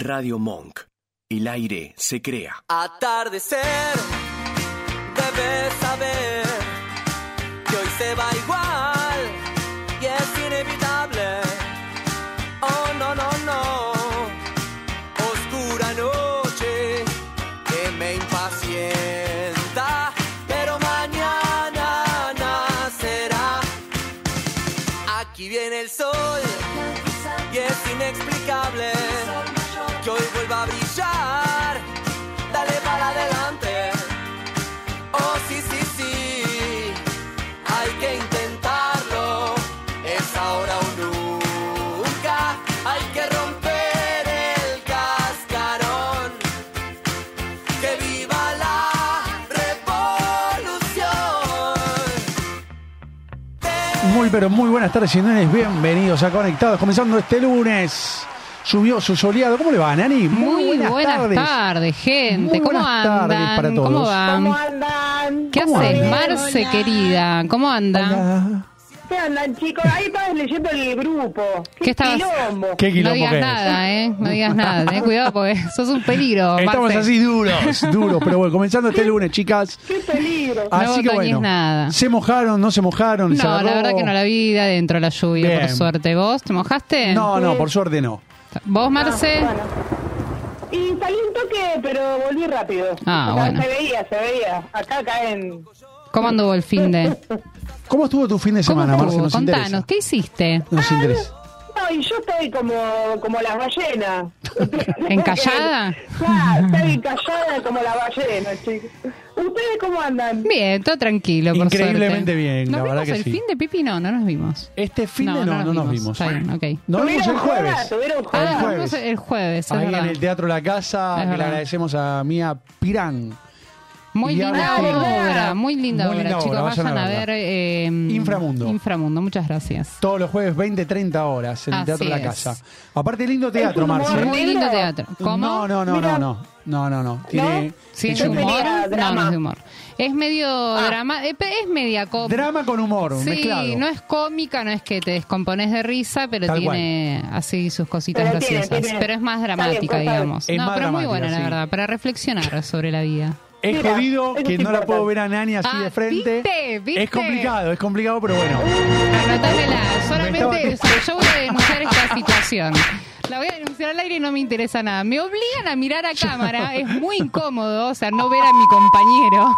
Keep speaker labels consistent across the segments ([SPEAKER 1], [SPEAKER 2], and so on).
[SPEAKER 1] Radio Monk. El aire se crea.
[SPEAKER 2] Atardecer, debes saber que hoy se va igual y es inevitable. Oh, no, no, no. Oscura noche que me impacienta, pero mañana nacerá. Aquí viene el sol y es inexplicable que hoy vuelva a brillar. Dale para adelante. Oh, sí, sí, sí. Hay que intentarlo. Es ahora o nunca. Hay que romper el cascarón. Que viva la revolución.
[SPEAKER 3] Muy, pero muy buenas tardes, señores. Bienvenidos a Conectados. Comenzando este lunes. Lluvioso, soleado. ¿Cómo le va, Nani?
[SPEAKER 4] Muy buenas, tardes. gente.
[SPEAKER 3] Muy
[SPEAKER 4] ¿Cómo
[SPEAKER 3] buenas
[SPEAKER 4] andan?
[SPEAKER 3] tardes para todos.
[SPEAKER 4] ¿Cómo van?
[SPEAKER 5] ¿Cómo andan?
[SPEAKER 4] ¿Qué
[SPEAKER 3] ¿Cómo
[SPEAKER 4] haces,
[SPEAKER 3] andan?
[SPEAKER 4] Marce, querida? ¿Cómo andan?
[SPEAKER 3] Hola.
[SPEAKER 5] ¿Qué andan, chicos? Ahí estabas leyendo el grupo.
[SPEAKER 4] ¿Qué estabas-
[SPEAKER 5] quilombo.
[SPEAKER 3] ¿Qué
[SPEAKER 4] No
[SPEAKER 3] quilombo
[SPEAKER 4] digas
[SPEAKER 3] que es?
[SPEAKER 4] nada, ¿eh? No digas nada. Ten cuidado porque sos un peligro.
[SPEAKER 3] Estamos
[SPEAKER 4] Marce.
[SPEAKER 3] así duros, duros. Pero bueno, comenzando este lunes, chicas.
[SPEAKER 5] ¡Qué peligro!
[SPEAKER 4] Ah,
[SPEAKER 3] Así que
[SPEAKER 4] botones,
[SPEAKER 3] bueno.
[SPEAKER 4] nada.
[SPEAKER 3] ¿Se mojaron? ¿No se mojaron? ¿Se
[SPEAKER 4] No,
[SPEAKER 3] agarró?
[SPEAKER 4] la verdad que no la vi de adentro la lluvia, por
[SPEAKER 3] Bien.
[SPEAKER 4] suerte. ¿Vos te mojaste?
[SPEAKER 3] No, no, por suerte no.
[SPEAKER 4] ¿Vos, Marce?
[SPEAKER 5] Ah, Bueno. Y salí un toque, pero volví rápido.
[SPEAKER 4] Ah,
[SPEAKER 5] O sea,
[SPEAKER 4] bueno.
[SPEAKER 5] Se veía, se veía. Acá caen.
[SPEAKER 4] ¿Cómo anduvo el fin de?
[SPEAKER 3] ¿Cómo estuvo tu fin de
[SPEAKER 4] ¿Cómo
[SPEAKER 3] semana, Ah, Marce?
[SPEAKER 4] estuvo?
[SPEAKER 3] Nos
[SPEAKER 4] Uh, Contanos,
[SPEAKER 3] interesa.
[SPEAKER 4] ¿qué hiciste?
[SPEAKER 3] Nos interesa.
[SPEAKER 5] No, y yo estoy como, como las ballenas.
[SPEAKER 4] ¿Encallada?
[SPEAKER 5] Claro, estoy encallada como la ballena, chicos. ¿Ustedes cómo andan?
[SPEAKER 4] Bien, todo tranquilo, por
[SPEAKER 3] Increíblemente
[SPEAKER 4] suerte.
[SPEAKER 3] bien,
[SPEAKER 4] ¿Nos
[SPEAKER 3] la verdad
[SPEAKER 4] vimos
[SPEAKER 3] que
[SPEAKER 4] el
[SPEAKER 3] sí.
[SPEAKER 4] fin de Pipi? No, no nos vimos.
[SPEAKER 3] Este fin de no, no nos vimos.
[SPEAKER 4] Está bien, ok.
[SPEAKER 3] Nos vimos el
[SPEAKER 5] Tuvieron joda,
[SPEAKER 3] jueves.
[SPEAKER 5] Tuvieron
[SPEAKER 4] Ah,
[SPEAKER 5] joda.
[SPEAKER 4] nos
[SPEAKER 3] jueves.
[SPEAKER 4] vemos el jueves, es
[SPEAKER 3] Ahí en
[SPEAKER 4] verdad.
[SPEAKER 3] el Teatro La Casa,
[SPEAKER 4] Es
[SPEAKER 3] que le
[SPEAKER 4] verdad.
[SPEAKER 3] agradecemos a Mía Pirán.
[SPEAKER 4] Muy
[SPEAKER 3] Y
[SPEAKER 4] linda
[SPEAKER 3] ahora-
[SPEAKER 4] obra, muy linda
[SPEAKER 3] Muy
[SPEAKER 4] obra,
[SPEAKER 3] linda
[SPEAKER 4] chicos.
[SPEAKER 3] obra,
[SPEAKER 4] vayan, a ver. eh,
[SPEAKER 3] Inframundo.
[SPEAKER 4] Inframundo, muchas gracias.
[SPEAKER 3] Todos los jueves, 20, 30 horas, en el
[SPEAKER 4] Así
[SPEAKER 3] Teatro La
[SPEAKER 4] es.
[SPEAKER 3] Casa. Aparte, lindo teatro,
[SPEAKER 5] un humor
[SPEAKER 3] Marce.
[SPEAKER 4] Muy lindo
[SPEAKER 5] ¿Negro?
[SPEAKER 4] teatro. ¿Cómo?
[SPEAKER 3] No, no, no, no,
[SPEAKER 5] Mira.
[SPEAKER 3] no. No, no, no. Tiene
[SPEAKER 4] Sí, es
[SPEAKER 3] es un
[SPEAKER 4] humor.
[SPEAKER 5] Sería
[SPEAKER 4] No, no
[SPEAKER 5] drama.
[SPEAKER 4] es de humor. Es medio drama, eh, pe- es media cómica.
[SPEAKER 3] Ah. drama con humor,
[SPEAKER 4] Sí,
[SPEAKER 3] mezclado.
[SPEAKER 4] no es cómica, no es que te descompones de risa, pero
[SPEAKER 3] Tal
[SPEAKER 4] tiene así sus cositas
[SPEAKER 5] Pero tiene,
[SPEAKER 4] graciosas.
[SPEAKER 5] tiene.
[SPEAKER 4] Pero es más
[SPEAKER 5] Está bien,
[SPEAKER 4] dramática,
[SPEAKER 5] cortado.
[SPEAKER 4] digamos.
[SPEAKER 3] Es
[SPEAKER 4] no,
[SPEAKER 3] más
[SPEAKER 4] pero es muy buena,
[SPEAKER 3] dramática,
[SPEAKER 4] la
[SPEAKER 3] sí.
[SPEAKER 4] verdad, para reflexionar sobre la vida.
[SPEAKER 3] Es
[SPEAKER 5] Mira,
[SPEAKER 3] jodido
[SPEAKER 5] eso
[SPEAKER 3] que
[SPEAKER 5] es
[SPEAKER 3] no la
[SPEAKER 5] importante.
[SPEAKER 3] puedo ver a Nani así
[SPEAKER 4] Ah,
[SPEAKER 3] de frente.
[SPEAKER 4] ¿viste? ¿viste?
[SPEAKER 3] Es complicado, es complicado, pero bueno.
[SPEAKER 4] Anotámela, solamente
[SPEAKER 3] Me
[SPEAKER 4] eso. Yo voy a denunciar esta situación. La voy a denunciar al aire y no me interesa nada. Me obligan a mirar a cámara, es muy incómodo, o sea, no ver a mi compañero.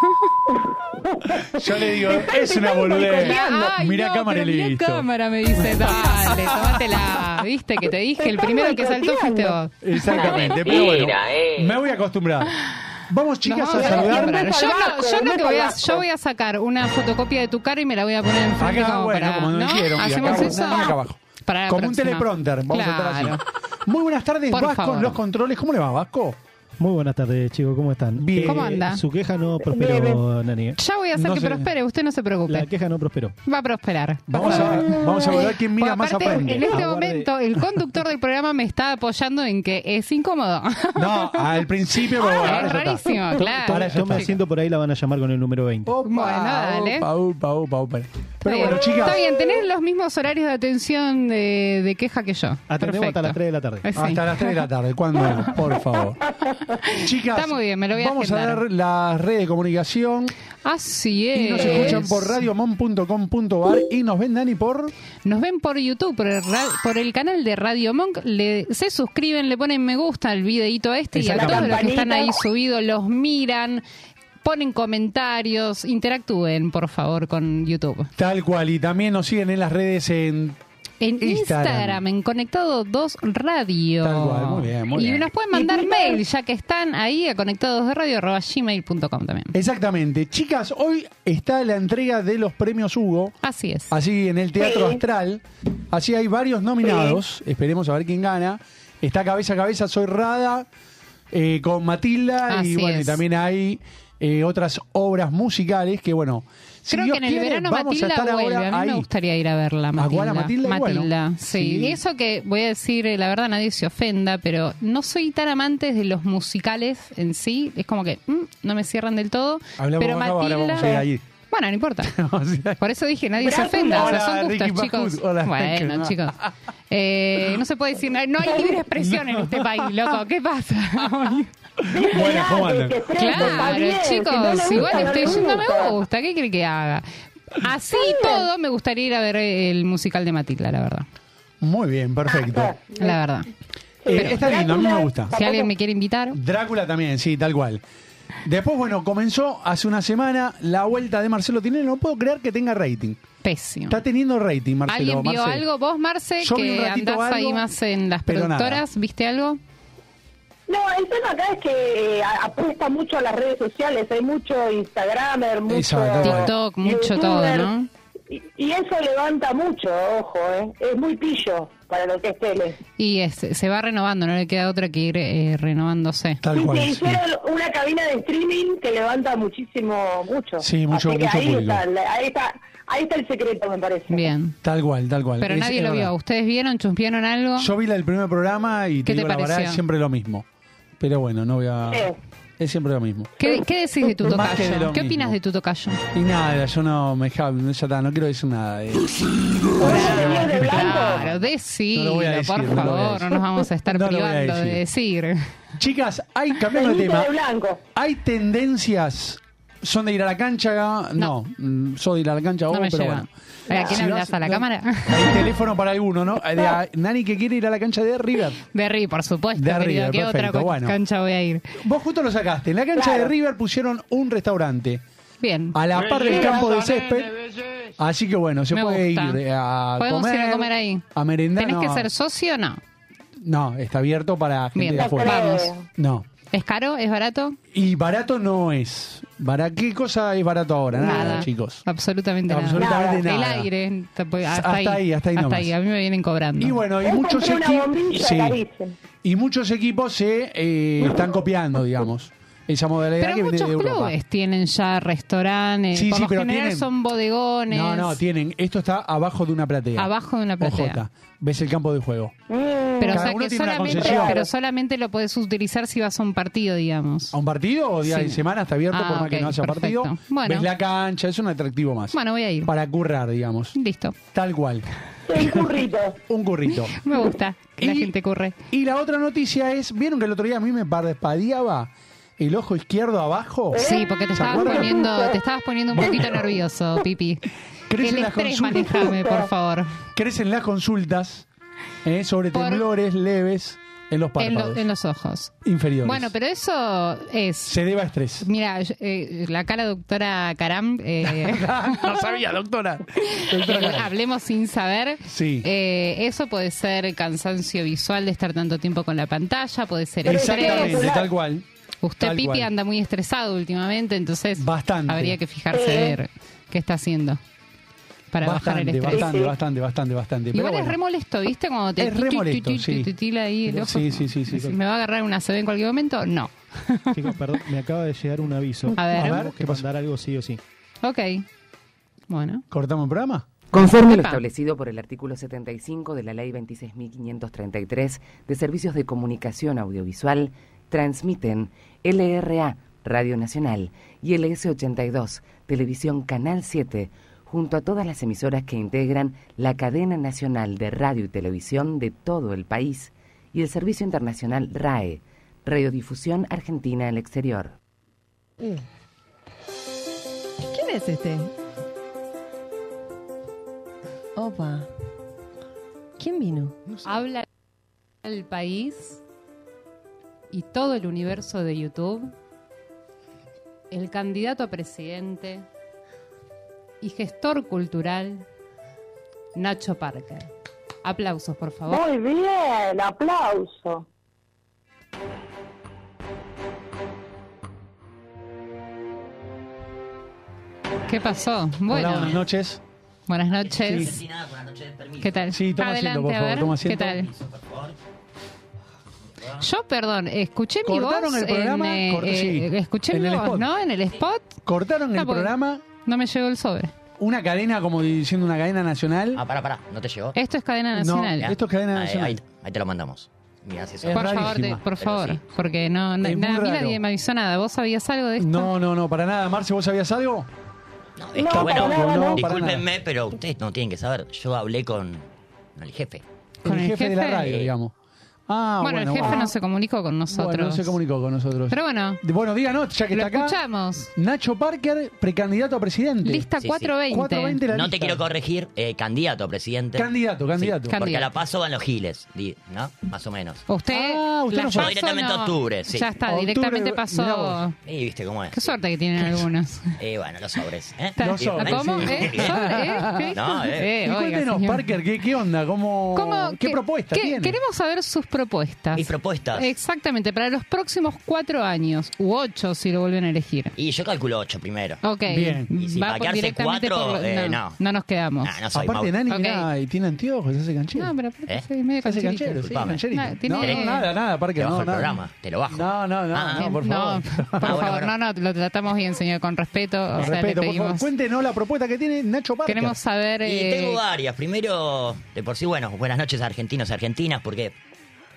[SPEAKER 3] Yo le digo, es una
[SPEAKER 5] empezando
[SPEAKER 3] boludez.
[SPEAKER 5] balconeando.
[SPEAKER 4] Ay,
[SPEAKER 3] Mirá
[SPEAKER 4] no,
[SPEAKER 3] cámara y
[SPEAKER 4] pero mirá
[SPEAKER 3] listo.
[SPEAKER 4] cámara, me dice, dale, tómatela. Viste que te dije, el primero que saltó fuiste vos.
[SPEAKER 3] Exactamente, pero bueno.
[SPEAKER 4] eh.
[SPEAKER 3] Me voy a acostumbrar. Vamos,
[SPEAKER 4] Nos
[SPEAKER 3] chicas, a
[SPEAKER 4] vamos a
[SPEAKER 3] saludar.
[SPEAKER 4] acostumbrar.
[SPEAKER 5] Beso
[SPEAKER 4] Yo,
[SPEAKER 5] al
[SPEAKER 4] no-
[SPEAKER 5] vasco,
[SPEAKER 4] yo no
[SPEAKER 5] beso
[SPEAKER 4] te voy
[SPEAKER 5] al
[SPEAKER 4] a,
[SPEAKER 5] vasco.
[SPEAKER 4] yo voy a sacar una fotocopia de tu cara y me la voy a poner enfrente
[SPEAKER 3] Acá,
[SPEAKER 4] como
[SPEAKER 3] bueno,
[SPEAKER 4] para,
[SPEAKER 3] como no
[SPEAKER 4] ¿no?
[SPEAKER 3] quiero, mira,
[SPEAKER 4] Hacemos
[SPEAKER 3] acá,
[SPEAKER 4] eso
[SPEAKER 3] acá abajo.
[SPEAKER 4] Para la
[SPEAKER 3] Como un
[SPEAKER 4] próxima.
[SPEAKER 3] teleprompter. Vamos a
[SPEAKER 4] Claro.
[SPEAKER 3] tratar así. Muy buenas tardes,
[SPEAKER 4] Por
[SPEAKER 3] Vasco,
[SPEAKER 4] favor.
[SPEAKER 3] en los controles. ¿Cómo le va, Vasco?
[SPEAKER 6] Muy buenas tardes, chicos. ¿Cómo están? Eh,
[SPEAKER 3] Bien.
[SPEAKER 4] ¿Cómo anda?
[SPEAKER 6] Su queja no
[SPEAKER 5] Bien,
[SPEAKER 6] prosperó, Nani. ¿eh?
[SPEAKER 4] Ya voy a hacer
[SPEAKER 3] No
[SPEAKER 4] que
[SPEAKER 3] sé.
[SPEAKER 4] prospere, usted no se
[SPEAKER 6] La
[SPEAKER 4] preocupe.
[SPEAKER 6] queja no prosperó.
[SPEAKER 4] Va a prosperar.
[SPEAKER 3] Vamos a, vamos a ver quién mira
[SPEAKER 4] Porque
[SPEAKER 3] más
[SPEAKER 4] aparte,
[SPEAKER 3] aprende. Ah,
[SPEAKER 4] En este
[SPEAKER 6] Aguarde.
[SPEAKER 4] momento, el conductor del programa me está apoyando en que es incómodo.
[SPEAKER 3] No, al principio, pero bueno, ahora
[SPEAKER 4] Ah, es
[SPEAKER 3] ya está.
[SPEAKER 4] rarísimo, claro.
[SPEAKER 3] Ahora ya
[SPEAKER 6] Tome
[SPEAKER 3] está.
[SPEAKER 6] asiento por ahí, la van a llamar con el número 20.
[SPEAKER 3] Opa,
[SPEAKER 4] Bueno, dale.
[SPEAKER 3] opa, opa, opa, opa. oh, Pero
[SPEAKER 4] Está
[SPEAKER 3] bueno,
[SPEAKER 4] bien.
[SPEAKER 3] chicas.
[SPEAKER 4] Está bien, tenés los mismos horarios de atención de, de queja que yo.
[SPEAKER 6] Atendemos
[SPEAKER 4] Perfecto.
[SPEAKER 6] hasta las 3 de la tarde.
[SPEAKER 4] Es- sí.
[SPEAKER 3] Hasta las 3 de la tarde, ¿cuándo? Por favor. Chicas,
[SPEAKER 4] Está muy bien, me lo voy a
[SPEAKER 3] vamos a
[SPEAKER 4] agendar.
[SPEAKER 3] ver las redes de comunicación
[SPEAKER 4] Así es.
[SPEAKER 3] y nos escuchan por radiomon.com.ar y nos ven, Dani, por...
[SPEAKER 4] Nos ven por YouTube, por el, ra- por el canal de Radio Monk. Le, se suscriben, le ponen me gusta al videito este y a todos
[SPEAKER 3] Exactamente.
[SPEAKER 4] los que están ahí subidos los miran, ponen comentarios, interactúen, por favor, con YouTube.
[SPEAKER 3] Tal cual, y también nos siguen en las redes en...
[SPEAKER 4] En
[SPEAKER 3] Instagram.
[SPEAKER 4] Instagram, en Conectado 2 Radio.
[SPEAKER 3] Tal cual, muy bien, muy
[SPEAKER 4] y
[SPEAKER 3] bien.
[SPEAKER 4] nos pueden mandar mail, ya que están ahí a conectadosradio.gmail.com también.
[SPEAKER 3] Exactamente. Chicas, hoy está la entrega de los premios Hugo,
[SPEAKER 4] Así es.
[SPEAKER 3] así en el Teatro
[SPEAKER 5] Sí.
[SPEAKER 3] Astral. Así hay varios nominados, esperemos a ver quién gana. Está cabeza a cabeza, soy Rada, eh, con Matilda, y
[SPEAKER 4] Así
[SPEAKER 3] bueno, y
[SPEAKER 4] es.
[SPEAKER 3] también hay eh, otras obras musicales que bueno... Si
[SPEAKER 4] Creo
[SPEAKER 3] Dios
[SPEAKER 4] que en el
[SPEAKER 3] quiere,
[SPEAKER 4] verano
[SPEAKER 3] vamos a
[SPEAKER 4] Matilda
[SPEAKER 3] estar
[SPEAKER 4] vuelve.
[SPEAKER 3] ahora
[SPEAKER 4] A mí me
[SPEAKER 3] ahí.
[SPEAKER 4] gustaría ir a verla, Matilda.
[SPEAKER 3] Juana Matilda y Ah, bueno,
[SPEAKER 4] sí.
[SPEAKER 3] sí.
[SPEAKER 4] Y eso que voy a decir, eh, la verdad nadie se ofenda, pero no soy tan amante de los musicales en sí. Es como que mm, no me cierran del todo.
[SPEAKER 3] Hablamos
[SPEAKER 4] pero
[SPEAKER 3] acá, ahora
[SPEAKER 4] Matilda...
[SPEAKER 3] vamos a ir allí.
[SPEAKER 4] Bueno, no importa.
[SPEAKER 3] O sea,
[SPEAKER 4] Por eso dije, nadie se
[SPEAKER 5] Bravo.
[SPEAKER 4] ofenda. o sea,
[SPEAKER 3] Hola,
[SPEAKER 4] son
[SPEAKER 3] Ricky
[SPEAKER 4] gustos,
[SPEAKER 3] Pajut.
[SPEAKER 4] chicos.
[SPEAKER 3] Hola,
[SPEAKER 4] bueno,
[SPEAKER 3] Nacho.
[SPEAKER 4] chicos. Eh, no se puede decir nada. No hay libre expresión en este país, loco. ¿Qué pasa?
[SPEAKER 3] Bueno, ¿cómo
[SPEAKER 5] Claro,
[SPEAKER 3] andan?
[SPEAKER 5] que frente, está
[SPEAKER 4] claro,
[SPEAKER 5] bien, que
[SPEAKER 4] chicos.
[SPEAKER 5] no le gusta,
[SPEAKER 4] igual
[SPEAKER 5] no
[SPEAKER 4] estoy
[SPEAKER 5] le
[SPEAKER 4] no me
[SPEAKER 5] gusta.
[SPEAKER 4] gusta. ¿Qué quiere que haga? Así y
[SPEAKER 5] Está bien.
[SPEAKER 4] todo, me gustaría ir a ver el musical de Matilda, la verdad.
[SPEAKER 3] Muy bien, perfecto.
[SPEAKER 4] La verdad.
[SPEAKER 3] Eh, está lindo, a mí me gusta.
[SPEAKER 4] Si alguien me quiere invitar.
[SPEAKER 3] Drácula también, sí, tal cual. Después, bueno, comenzó hace una semana la vuelta de Marcelo Tinelli. No puedo creer que tenga rating.
[SPEAKER 4] Pésimo.
[SPEAKER 3] Está teniendo rating, Marcelo.
[SPEAKER 4] ¿Alguien vio
[SPEAKER 3] Marcelo.
[SPEAKER 4] algo? ¿Vos, Marce,
[SPEAKER 3] Yo vi un
[SPEAKER 4] que
[SPEAKER 3] ratito
[SPEAKER 4] andás ahí
[SPEAKER 3] algo,
[SPEAKER 4] más en las
[SPEAKER 3] pero nada.
[SPEAKER 4] productoras? ¿Viste algo?
[SPEAKER 5] No, el tema acá es que eh, a- apuesta mucho a las redes sociales, hay mucho Instagramer, mucho
[SPEAKER 3] Exacto, bueno.
[SPEAKER 4] TikTok, mucho todo,
[SPEAKER 5] YouTuber,
[SPEAKER 4] ¿no?
[SPEAKER 5] Y, y eso levanta mucho, ojo, ¿eh? es muy pillo para lo que es tele.
[SPEAKER 4] Y es- se va renovando, no le queda otra que ir eh, renovándose.
[SPEAKER 3] Tal
[SPEAKER 5] Sí,
[SPEAKER 3] cual.
[SPEAKER 5] se
[SPEAKER 3] sí.
[SPEAKER 5] hicieron una cabina de streaming que levanta muchísimo, mucho.
[SPEAKER 3] Sí, mucho-
[SPEAKER 5] Así que
[SPEAKER 3] mucho
[SPEAKER 5] ahí
[SPEAKER 3] público.
[SPEAKER 5] Está, la- ahí, está, ahí está el secreto, me parece.
[SPEAKER 4] Bien.
[SPEAKER 3] Tal cual, tal cual.
[SPEAKER 4] Pero
[SPEAKER 3] Es-
[SPEAKER 4] nadie
[SPEAKER 3] es
[SPEAKER 4] lo vio.
[SPEAKER 3] verdad.
[SPEAKER 4] ¿Ustedes vieron, chuspearon algo?
[SPEAKER 3] Yo vi la del primer programa y te
[SPEAKER 4] ¿Qué te
[SPEAKER 3] digo la verdad,
[SPEAKER 4] pareció?
[SPEAKER 3] es siempre lo mismo. Pero bueno, no voy a...
[SPEAKER 5] Sí.
[SPEAKER 3] Es siempre lo mismo.
[SPEAKER 4] ¿Qué, qué decís de tu
[SPEAKER 3] Más que de
[SPEAKER 4] tocayo?
[SPEAKER 3] lo
[SPEAKER 4] ¿Qué opinas
[SPEAKER 3] mismo.
[SPEAKER 4] de tu tocayo?
[SPEAKER 3] Y nada, yo no me ja- ya está, no quiero decir nada. de-
[SPEAKER 5] Ahora, de blanco.
[SPEAKER 4] Claro,
[SPEAKER 3] No lo
[SPEAKER 4] decilo,
[SPEAKER 3] voy a decir,
[SPEAKER 4] por
[SPEAKER 3] no lo voy a
[SPEAKER 4] favor.
[SPEAKER 3] decir.
[SPEAKER 4] No nos vamos a estar
[SPEAKER 3] No lo voy a
[SPEAKER 4] privando de decir.
[SPEAKER 3] Chicas, hay, cambiando de
[SPEAKER 5] Ceñito
[SPEAKER 3] tema,
[SPEAKER 5] de blanco.
[SPEAKER 3] hay tendencias... ¿Son de ir a la cancha? No, mm, son de ir a la cancha vos,
[SPEAKER 4] No me
[SPEAKER 3] pero
[SPEAKER 4] llega.
[SPEAKER 3] bueno.
[SPEAKER 4] ¿A quién
[SPEAKER 3] Si
[SPEAKER 4] hablas?
[SPEAKER 3] vas-
[SPEAKER 4] ¿A la
[SPEAKER 3] no,
[SPEAKER 4] cámara?
[SPEAKER 3] Hay teléfono para alguno, ¿no? De a- Nani que quiere ir a la cancha de River.
[SPEAKER 4] De River, por supuesto.
[SPEAKER 3] De
[SPEAKER 4] querido.
[SPEAKER 3] River,
[SPEAKER 4] ¿Qué otra
[SPEAKER 3] perfecto,
[SPEAKER 4] co-
[SPEAKER 3] bueno.
[SPEAKER 4] cancha voy a ir?
[SPEAKER 3] Vos justo lo sacaste. En la cancha
[SPEAKER 5] Claro.
[SPEAKER 3] de River pusieron un restaurante
[SPEAKER 4] Bien.
[SPEAKER 3] a la par del campo de césped. Así que bueno, se
[SPEAKER 4] Me
[SPEAKER 3] puede
[SPEAKER 4] gusta.
[SPEAKER 3] ir eh, a
[SPEAKER 4] Podemos
[SPEAKER 3] comer,
[SPEAKER 4] ir a comer ahí.
[SPEAKER 3] a merendar.
[SPEAKER 4] ¿Tenés que
[SPEAKER 3] no.
[SPEAKER 4] ser socio o no?
[SPEAKER 3] No, está abierto para gente
[SPEAKER 4] Bien.
[SPEAKER 3] de afuera.
[SPEAKER 4] Vamos.
[SPEAKER 5] creo.
[SPEAKER 3] No.
[SPEAKER 4] ¿Es caro? ¿Es barato?
[SPEAKER 3] Y barato no es. ¿Para qué cosa es barato ahora? Nada, chicos.
[SPEAKER 4] Absolutamente nada.
[SPEAKER 3] Absolutamente
[SPEAKER 4] El
[SPEAKER 3] nada.
[SPEAKER 4] aire. tampoco- Hasta,
[SPEAKER 3] Hasta
[SPEAKER 4] ahí,
[SPEAKER 3] ahí, hasta ahí nomás.
[SPEAKER 4] A mí me vienen cobrando.
[SPEAKER 3] Y bueno, y
[SPEAKER 5] Yo
[SPEAKER 3] muchos
[SPEAKER 5] compré una
[SPEAKER 3] equipos.
[SPEAKER 5] bombilla carísima.
[SPEAKER 3] Y muchos equipos se eh, están copiando, digamos. Esa modalidad
[SPEAKER 4] pero
[SPEAKER 3] que viene
[SPEAKER 4] muchos
[SPEAKER 3] de Europa.
[SPEAKER 4] clubes tienen ya restaurantes.
[SPEAKER 3] Sí,
[SPEAKER 4] por
[SPEAKER 3] sí,
[SPEAKER 4] lo
[SPEAKER 3] pero
[SPEAKER 4] general
[SPEAKER 3] tienen-
[SPEAKER 4] son bodegones.
[SPEAKER 3] No, no, tienen. Esto está abajo de una platea.
[SPEAKER 4] Abajo de una platea.
[SPEAKER 3] OJ. Ves el campo de juego.
[SPEAKER 5] Mm.
[SPEAKER 4] Pero, o
[SPEAKER 3] Cada
[SPEAKER 4] sea,
[SPEAKER 3] uno
[SPEAKER 4] que
[SPEAKER 3] tiene una
[SPEAKER 4] solamente,
[SPEAKER 3] concesión.
[SPEAKER 4] pero solamente lo podés utilizar si vas a un partido, digamos.
[SPEAKER 3] ¿A un partido o día
[SPEAKER 4] Sí.
[SPEAKER 3] de semana está abierto
[SPEAKER 4] Ah,
[SPEAKER 3] por más
[SPEAKER 4] ok,
[SPEAKER 3] que no haya
[SPEAKER 4] perfecto.
[SPEAKER 3] partido?
[SPEAKER 4] Bueno.
[SPEAKER 3] Ves la cancha, es un atractivo más.
[SPEAKER 4] Bueno, voy a ir.
[SPEAKER 3] Para currar, digamos.
[SPEAKER 4] Listo.
[SPEAKER 3] Tal cual.
[SPEAKER 5] Un currito.
[SPEAKER 3] Un currito.
[SPEAKER 4] Me gusta que la
[SPEAKER 3] Y-
[SPEAKER 4] gente corre.
[SPEAKER 3] Y la otra noticia es, ¿vieron que el otro día a mí me parpadeaba el ojo izquierdo abajo?
[SPEAKER 4] Sí, porque te
[SPEAKER 3] ¿Se
[SPEAKER 4] estabas
[SPEAKER 3] acuerdan?
[SPEAKER 4] poniendo, te estabas poniendo un poquito nervioso, Pipi.
[SPEAKER 3] Crecen
[SPEAKER 4] El
[SPEAKER 3] las
[SPEAKER 4] estrés
[SPEAKER 3] consultas.
[SPEAKER 4] manejame, por favor.
[SPEAKER 3] Crecen las consultas eh, sobre
[SPEAKER 4] Por-
[SPEAKER 3] temblores leves en los
[SPEAKER 4] En, lo-
[SPEAKER 3] párpados
[SPEAKER 4] en los ojos.
[SPEAKER 3] inferiores.
[SPEAKER 4] Bueno, pero eso es.
[SPEAKER 3] Se debe a estrés.
[SPEAKER 4] Mira, yo- eh, la cara doctora Caram, eh,
[SPEAKER 3] no sabía, doctora. Doctora
[SPEAKER 4] eh,
[SPEAKER 3] Caram.
[SPEAKER 4] hablemos sin saber.
[SPEAKER 3] Sí.
[SPEAKER 4] Eh, eso puede ser cansancio visual de estar tanto tiempo con la pantalla, puede ser estrés.
[SPEAKER 3] Exactamente, tal cual.
[SPEAKER 4] Usted,
[SPEAKER 3] Tal
[SPEAKER 4] Pipi,
[SPEAKER 3] cual.
[SPEAKER 4] anda muy estresado últimamente, entonces
[SPEAKER 3] Bastante.
[SPEAKER 4] habría que fijarse a ver qué está haciendo para bajar el
[SPEAKER 3] Bastante,
[SPEAKER 4] estrés.
[SPEAKER 3] bastante,
[SPEAKER 5] Sí.
[SPEAKER 3] bastante, bastante, bastante. Pero
[SPEAKER 4] Igual es
[SPEAKER 3] bueno.
[SPEAKER 4] re molesto, ¿viste? Cuando te
[SPEAKER 3] Es re
[SPEAKER 4] tu, tu,
[SPEAKER 3] molesto,
[SPEAKER 4] tu, tu,
[SPEAKER 3] sí.
[SPEAKER 4] tu, tila ahí el ojo.
[SPEAKER 3] Sí, sí, sí, sí, sí.
[SPEAKER 4] ¿Me va a agarrar una CB en cualquier momento? No.
[SPEAKER 6] Chicos, perdón, me acaba de llegar un aviso.
[SPEAKER 4] A ver.
[SPEAKER 3] A ver,
[SPEAKER 6] Tenemos
[SPEAKER 3] ¿qué
[SPEAKER 6] que
[SPEAKER 3] pasó?
[SPEAKER 6] mandar algo sí o sí.
[SPEAKER 4] Ok. Bueno.
[SPEAKER 3] ¿Cortamos el programa?
[SPEAKER 7] Conforme lo
[SPEAKER 4] Epa.
[SPEAKER 7] establecido por el artículo 75 de la Ley 26.533 de Servicios de Comunicación Audiovisual, transmiten LRA, Radio Nacional, y LS82, Televisión Canal 7, junto a todas las emisoras que integran la cadena nacional de radio y televisión de todo el país, y el Servicio Internacional RAE, Radiodifusión Argentina al Exterior.
[SPEAKER 8] ¿Quién es este? Opa. ¿Quién vino?
[SPEAKER 4] Habla el país y todo el universo de YouTube, el candidato a presidente y gestor cultural Nacho Parker. Aplausos, por favor.
[SPEAKER 5] Muy bien, aplauso.
[SPEAKER 4] ¿Qué pasó?
[SPEAKER 3] Hola,
[SPEAKER 4] Bueno,
[SPEAKER 3] buenas noches.
[SPEAKER 4] buenas noches. ¿Qué tal?
[SPEAKER 3] Sí, toma asiento,
[SPEAKER 4] Adelante,
[SPEAKER 3] por
[SPEAKER 4] a
[SPEAKER 3] favor,
[SPEAKER 4] ver,
[SPEAKER 3] toma
[SPEAKER 4] ¿Qué
[SPEAKER 3] asiento.
[SPEAKER 4] tal? Yo, perdón, escuché mi
[SPEAKER 3] Cortaron
[SPEAKER 4] voz
[SPEAKER 3] el programa,
[SPEAKER 4] en, eh,
[SPEAKER 3] cor- sí,
[SPEAKER 4] eh, escuché
[SPEAKER 3] en
[SPEAKER 4] mi
[SPEAKER 3] el
[SPEAKER 4] voz,
[SPEAKER 3] spot.
[SPEAKER 4] ¿no? En el spot
[SPEAKER 3] Cortaron el
[SPEAKER 4] No, porque-
[SPEAKER 3] programa
[SPEAKER 4] no me llegó el sobre.
[SPEAKER 3] una cadena, como diciendo una cadena nacional.
[SPEAKER 9] Ah, pará, pará, no te llegó.
[SPEAKER 4] Esto es cadena
[SPEAKER 3] No,
[SPEAKER 4] nacional.
[SPEAKER 3] es esto cadena
[SPEAKER 9] ahí,
[SPEAKER 3] nacional.
[SPEAKER 9] ahí- ahí te lo mandamos. Mirá si eso.
[SPEAKER 3] Es
[SPEAKER 4] por favor,
[SPEAKER 3] rarísima.
[SPEAKER 4] te- por
[SPEAKER 9] Pero
[SPEAKER 4] favor,
[SPEAKER 9] sí.
[SPEAKER 4] porque no, na-
[SPEAKER 3] Es muy
[SPEAKER 4] na- a mí nadie
[SPEAKER 3] raro.
[SPEAKER 4] me avisó nada. ¿Vos sabías algo de esto?
[SPEAKER 3] No, no, no, para nada. Marce, ¿vos sabías algo?
[SPEAKER 9] No, es
[SPEAKER 5] No,
[SPEAKER 9] que
[SPEAKER 5] para
[SPEAKER 9] bueno,
[SPEAKER 5] nada, no, para
[SPEAKER 9] discúlpenme, pero ustedes no tienen que saber. Yo hablé con el jefe.
[SPEAKER 4] ¿Con
[SPEAKER 3] el,
[SPEAKER 4] el
[SPEAKER 3] jefe, de la
[SPEAKER 4] jefe?
[SPEAKER 3] radio,
[SPEAKER 4] Sí.
[SPEAKER 3] digamos. Ah,
[SPEAKER 4] bueno,
[SPEAKER 3] bueno,
[SPEAKER 4] el jefe
[SPEAKER 3] bueno.
[SPEAKER 4] no se comunicó con nosotros.
[SPEAKER 3] Bueno, no se comunicó con nosotros.
[SPEAKER 4] Pero bueno,
[SPEAKER 3] De- Bueno, díganos, ya que
[SPEAKER 4] lo
[SPEAKER 3] está acá.
[SPEAKER 4] escuchamos.
[SPEAKER 3] Nacho Parker, precandidato a presidente.
[SPEAKER 4] Lista
[SPEAKER 9] Sí, sí.
[SPEAKER 4] 420.
[SPEAKER 3] 420 la
[SPEAKER 9] No
[SPEAKER 3] lista.
[SPEAKER 9] te quiero corregir, eh, candidato a presidente.
[SPEAKER 3] Candidato, candidato.
[SPEAKER 9] Porque a
[SPEAKER 4] Candidato.
[SPEAKER 9] la paso van los giles, di- ¿no? Más o menos.
[SPEAKER 4] Usted,
[SPEAKER 3] Ah, usted
[SPEAKER 4] la
[SPEAKER 3] no fue.
[SPEAKER 9] Yo
[SPEAKER 4] pasó,
[SPEAKER 9] directamente a
[SPEAKER 4] no.
[SPEAKER 9] octubre, sí.
[SPEAKER 4] Ya está,
[SPEAKER 3] Octubre,
[SPEAKER 4] directamente
[SPEAKER 3] mirá vos.
[SPEAKER 4] pasó.
[SPEAKER 9] Y viste cómo es.
[SPEAKER 4] Qué suerte que tienen algunos.
[SPEAKER 9] Eh, bueno, los sobres. ¿eh?
[SPEAKER 4] Está-
[SPEAKER 3] Los
[SPEAKER 9] Bien,
[SPEAKER 3] sobres,
[SPEAKER 4] ¿Cómo?
[SPEAKER 3] sí.
[SPEAKER 4] ¿Eh? ¿Sobre? ¿Eh? ¿Qué dijo?
[SPEAKER 9] No, eh.
[SPEAKER 4] Eh,
[SPEAKER 3] Y
[SPEAKER 4] oiga,
[SPEAKER 3] cuéntenos,
[SPEAKER 4] señor.
[SPEAKER 3] Parker, ¿qué, qué onda? ¿Cómo,
[SPEAKER 4] ¿Cómo-
[SPEAKER 3] ¿Qué, propuesta
[SPEAKER 4] qué-
[SPEAKER 3] tiene?
[SPEAKER 4] Queremos saber sus propuestas.
[SPEAKER 9] Mis propuestas.
[SPEAKER 4] Exactamente, para los próximos cuatro años, u ocho si lo vuelven a elegir.
[SPEAKER 9] Y yo calculo 8 primero.
[SPEAKER 4] Ok.
[SPEAKER 3] Bien.
[SPEAKER 9] Y si
[SPEAKER 4] Va por-
[SPEAKER 9] paquearse
[SPEAKER 4] directamente
[SPEAKER 9] cuatro,
[SPEAKER 4] por-
[SPEAKER 9] eh,
[SPEAKER 4] no,
[SPEAKER 9] no.
[SPEAKER 4] no nos quedamos.
[SPEAKER 9] Ah, no soy
[SPEAKER 3] Aparte,
[SPEAKER 9] Mau.
[SPEAKER 3] Nani,
[SPEAKER 4] Ok.
[SPEAKER 3] mirá, y tiene anteojos, se hace canchero.
[SPEAKER 4] No, pero aparte
[SPEAKER 9] ¿Eh?
[SPEAKER 4] soy medio
[SPEAKER 3] se hace
[SPEAKER 4] cancherita.
[SPEAKER 3] canchero, sí,
[SPEAKER 9] Disculpame.
[SPEAKER 3] cancherito.
[SPEAKER 4] No, tiene-
[SPEAKER 3] No, nada, nada,
[SPEAKER 9] Te
[SPEAKER 3] Parker,
[SPEAKER 9] bajo
[SPEAKER 3] no,
[SPEAKER 9] el
[SPEAKER 3] nada.
[SPEAKER 9] programa, te lo bajo.
[SPEAKER 3] No, no, no,
[SPEAKER 9] Ah,
[SPEAKER 3] no, por
[SPEAKER 4] No,
[SPEAKER 3] favor.
[SPEAKER 4] por
[SPEAKER 9] bueno,
[SPEAKER 4] favor,
[SPEAKER 9] bueno.
[SPEAKER 4] no, no, lo tratamos bien, señor, con respeto. o
[SPEAKER 3] Con
[SPEAKER 4] sea, le
[SPEAKER 3] respeto, por favor,
[SPEAKER 4] pedimos-
[SPEAKER 3] cuéntenos la propuesta que tiene Nacho Parker.
[SPEAKER 4] Queremos saber.
[SPEAKER 9] Y
[SPEAKER 4] eh,
[SPEAKER 9] tengo varias. Primero, de por sí, bueno, buenas noches argentinos y argentinas, porque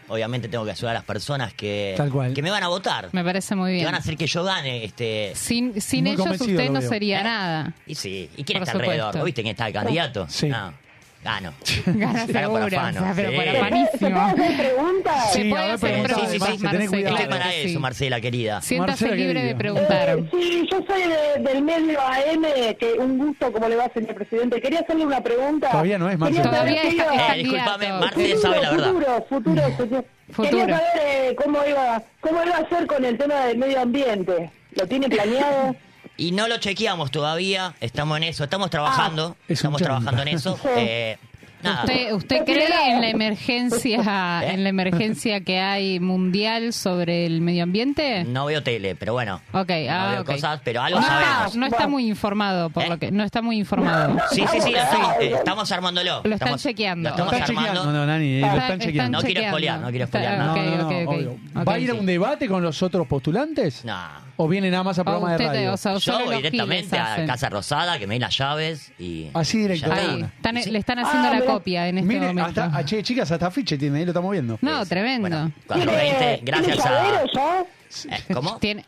[SPEAKER 9] obviamente tengo que ayudar a las personas que,
[SPEAKER 3] Tal cual.
[SPEAKER 9] que me van a votar.
[SPEAKER 4] me parece muy
[SPEAKER 9] Que
[SPEAKER 4] bien.
[SPEAKER 9] van a hacer que yo gane. Este...
[SPEAKER 4] Sin, sin
[SPEAKER 3] Muy
[SPEAKER 4] ellos
[SPEAKER 3] convencido
[SPEAKER 4] usted
[SPEAKER 3] lo
[SPEAKER 4] no
[SPEAKER 3] veo.
[SPEAKER 4] sería
[SPEAKER 9] ¿Eh?
[SPEAKER 4] nada.
[SPEAKER 9] Y sí, ¿y quién
[SPEAKER 4] Por
[SPEAKER 9] está
[SPEAKER 4] supuesto.
[SPEAKER 9] alrededor? ¿Vos ¿Viste quién está el candidato?
[SPEAKER 3] Sí.
[SPEAKER 9] No, gano.
[SPEAKER 4] Gana
[SPEAKER 9] Gana por
[SPEAKER 4] seguro.
[SPEAKER 9] afano,
[SPEAKER 4] o sea, pero
[SPEAKER 9] sí.
[SPEAKER 4] por
[SPEAKER 9] ¿Se puede-
[SPEAKER 5] ¿Se puede
[SPEAKER 4] afanísimo.
[SPEAKER 5] hacer preguntas?
[SPEAKER 4] Se
[SPEAKER 3] Sí,
[SPEAKER 4] puede
[SPEAKER 3] a ver,
[SPEAKER 4] hacer
[SPEAKER 3] preguntá,
[SPEAKER 4] preguntas,
[SPEAKER 3] tenés
[SPEAKER 9] además,
[SPEAKER 4] Marce,
[SPEAKER 3] cuidado.
[SPEAKER 9] Estoy
[SPEAKER 4] claro
[SPEAKER 9] para
[SPEAKER 4] que
[SPEAKER 9] eso,
[SPEAKER 4] sí.
[SPEAKER 9] Marcela, querida.
[SPEAKER 4] Siéntase
[SPEAKER 3] Marcela, ¿qué
[SPEAKER 4] libre de
[SPEAKER 3] diría?
[SPEAKER 4] preguntar.
[SPEAKER 5] Eh, sí, yo soy de- del medio AM, que un gusto, como le va, señor presidente. Quería hacerle una pregunta.
[SPEAKER 3] Todavía no es, Marcela.
[SPEAKER 5] Quería saber
[SPEAKER 4] Todavía
[SPEAKER 5] qué
[SPEAKER 4] es,
[SPEAKER 5] iba-
[SPEAKER 4] es
[SPEAKER 9] Eh, disculpame,
[SPEAKER 4] candidato.
[SPEAKER 9] Marce. Ustedes saben la verdad.
[SPEAKER 5] futuro, futuro, futuro.
[SPEAKER 4] Mm. Futuro.
[SPEAKER 5] Quería saber eh, cómo, iba, cómo iba a ser con el tema del medio ambiente. ¿Lo tiene planeado?
[SPEAKER 9] Y no lo chequeamos todavía, estamos en eso, estamos trabajando,
[SPEAKER 3] es un
[SPEAKER 9] estamos
[SPEAKER 3] chanta.
[SPEAKER 9] trabajando en eso.
[SPEAKER 5] Ah. Sí.
[SPEAKER 9] Eh, nada.
[SPEAKER 4] ¿Usted, usted cree en la emergencia
[SPEAKER 9] ¿Eh?
[SPEAKER 4] en la emergencia que hay mundial sobre el medio ambiente?
[SPEAKER 9] No veo tele, pero bueno.
[SPEAKER 4] Ok,
[SPEAKER 9] no
[SPEAKER 4] ah,
[SPEAKER 9] veo
[SPEAKER 4] ok.
[SPEAKER 9] cosas, pero algo
[SPEAKER 4] No,
[SPEAKER 9] sabemos. ¿Eh?
[SPEAKER 4] no está muy informado, por lo que no está muy informado.
[SPEAKER 9] Sí, sí, sí, sí, eh, estamos armándolo.
[SPEAKER 4] Lo están
[SPEAKER 9] estamos,
[SPEAKER 4] chequeando.
[SPEAKER 9] Lo
[SPEAKER 3] Lo
[SPEAKER 9] estamos
[SPEAKER 3] están chequeando.
[SPEAKER 9] armando.
[SPEAKER 3] No, no, Nani, eh, lo
[SPEAKER 4] Está-
[SPEAKER 3] están
[SPEAKER 4] están
[SPEAKER 3] chequeando.
[SPEAKER 9] No quiero
[SPEAKER 4] chequeando.
[SPEAKER 9] espolear, no quiero
[SPEAKER 4] Está-
[SPEAKER 9] espolear
[SPEAKER 3] No,
[SPEAKER 9] nada.
[SPEAKER 4] ok,
[SPEAKER 3] no, no,
[SPEAKER 4] ok, ok.
[SPEAKER 3] obvio.
[SPEAKER 4] Ok,
[SPEAKER 3] ¿Va a ir a
[SPEAKER 4] sí.
[SPEAKER 3] un debate con los otros postulantes?
[SPEAKER 9] No.
[SPEAKER 3] ¿O viene nada más a
[SPEAKER 4] O
[SPEAKER 3] programa de
[SPEAKER 4] usted,
[SPEAKER 3] radio?
[SPEAKER 4] o sea, solo
[SPEAKER 9] Yo voy
[SPEAKER 4] los giles
[SPEAKER 9] directamente a
[SPEAKER 4] hacen.
[SPEAKER 9] Casa Rosada, que me di las llaves y.
[SPEAKER 3] Así directo.
[SPEAKER 9] y ya
[SPEAKER 3] Ahí,
[SPEAKER 9] está.
[SPEAKER 4] Ahí, están-
[SPEAKER 9] Y sí.
[SPEAKER 4] le están haciendo
[SPEAKER 5] Ah,
[SPEAKER 4] la
[SPEAKER 5] mirá.
[SPEAKER 4] copia en este
[SPEAKER 3] Mire,
[SPEAKER 4] momento.
[SPEAKER 3] hasta, ah, che, chicas, hasta afiche tiene, ahí lo estamos viendo.
[SPEAKER 4] no, tremendo.
[SPEAKER 9] ah, Bueno,
[SPEAKER 5] ¿Tiene,
[SPEAKER 9] 420, gracias
[SPEAKER 5] ¿tiene
[SPEAKER 9] a.
[SPEAKER 5] llavero ya?
[SPEAKER 9] Eh, ¿Cómo?
[SPEAKER 4] Tiene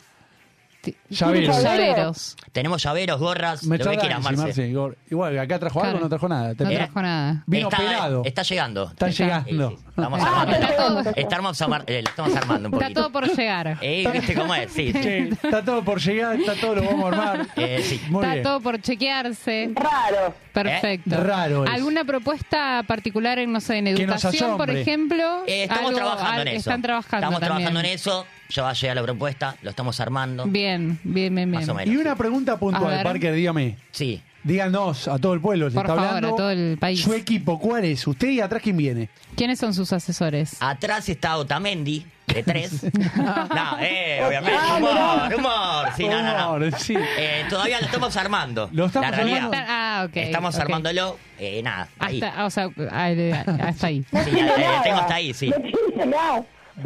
[SPEAKER 4] ti-
[SPEAKER 3] Llaveros.
[SPEAKER 4] llaveros.
[SPEAKER 9] Tenemos llaveros, gorras,
[SPEAKER 3] Me
[SPEAKER 9] lo que
[SPEAKER 3] está
[SPEAKER 9] quieras, Marce.
[SPEAKER 3] Igual, acá trajo algo,
[SPEAKER 4] Claro.
[SPEAKER 3] no trajo nada.
[SPEAKER 4] No
[SPEAKER 9] Eh,
[SPEAKER 4] trajo nada.
[SPEAKER 3] Vino
[SPEAKER 9] está,
[SPEAKER 3] operado.
[SPEAKER 9] Está llegando.
[SPEAKER 3] Está llegando.
[SPEAKER 9] Sí, sí. Estamos
[SPEAKER 4] Ah,
[SPEAKER 9] armando.
[SPEAKER 4] está todo.
[SPEAKER 9] Estamos, amar- eh, lo estamos armando un
[SPEAKER 4] Está
[SPEAKER 9] poquito.
[SPEAKER 4] todo por llegar.
[SPEAKER 9] Eh, ¿Viste cómo es? Sí. Eh, sí.
[SPEAKER 3] Che, está todo por llegar, está todo, lo vamos a armar.
[SPEAKER 9] Eh, sí.
[SPEAKER 3] Muy
[SPEAKER 4] Está
[SPEAKER 3] bien.
[SPEAKER 4] todo por chequearse.
[SPEAKER 5] Raro.
[SPEAKER 4] Perfecto.
[SPEAKER 3] Eh, raro es.
[SPEAKER 4] ¿Alguna propuesta particular en, no sé, en
[SPEAKER 3] Que nos
[SPEAKER 4] educación, por
[SPEAKER 3] asombre.
[SPEAKER 4] ejemplo?
[SPEAKER 9] Eh, estamos
[SPEAKER 4] Algo-
[SPEAKER 9] trabajando
[SPEAKER 4] al-
[SPEAKER 9] en eso.
[SPEAKER 4] Están trabajando
[SPEAKER 9] Estamos
[SPEAKER 4] también.
[SPEAKER 9] trabajando en eso. Ya va a llegar la propuesta. Lo estamos armando.
[SPEAKER 4] Bien, bien, bien,
[SPEAKER 9] Más
[SPEAKER 4] bien.
[SPEAKER 9] o menos.
[SPEAKER 3] Y una pregunta
[SPEAKER 4] A
[SPEAKER 3] puntual,
[SPEAKER 4] ver.
[SPEAKER 3] Parker, dígame.
[SPEAKER 9] Sí.
[SPEAKER 3] Díganos a todo el pueblo, se
[SPEAKER 4] Por
[SPEAKER 3] está
[SPEAKER 4] favor,
[SPEAKER 3] hablando.
[SPEAKER 4] a todo el país.
[SPEAKER 3] Su equipo, ¿cuál es? ¿Usted y atrás quién viene?
[SPEAKER 4] ¿Quiénes son sus asesores?
[SPEAKER 9] Atrás está Otamendi, de tres. no, eh, obviamente.
[SPEAKER 5] Ah,
[SPEAKER 9] Humor, humor. Sí, no, no, no.
[SPEAKER 3] Humor, sí.
[SPEAKER 9] Eh, todavía lo estamos armando.
[SPEAKER 3] Lo estamos
[SPEAKER 9] la realidad.
[SPEAKER 3] armando.
[SPEAKER 4] Ah, ok,
[SPEAKER 9] Estamos
[SPEAKER 4] ok.
[SPEAKER 9] armándolo. Eh, nada. Ahí.
[SPEAKER 4] Hasta, ah, o sea, al- hasta ahí.
[SPEAKER 5] No
[SPEAKER 9] Sí,
[SPEAKER 5] tiene
[SPEAKER 9] eh,
[SPEAKER 5] nada.
[SPEAKER 9] tengo hasta ahí, sí.
[SPEAKER 5] No tiene nada.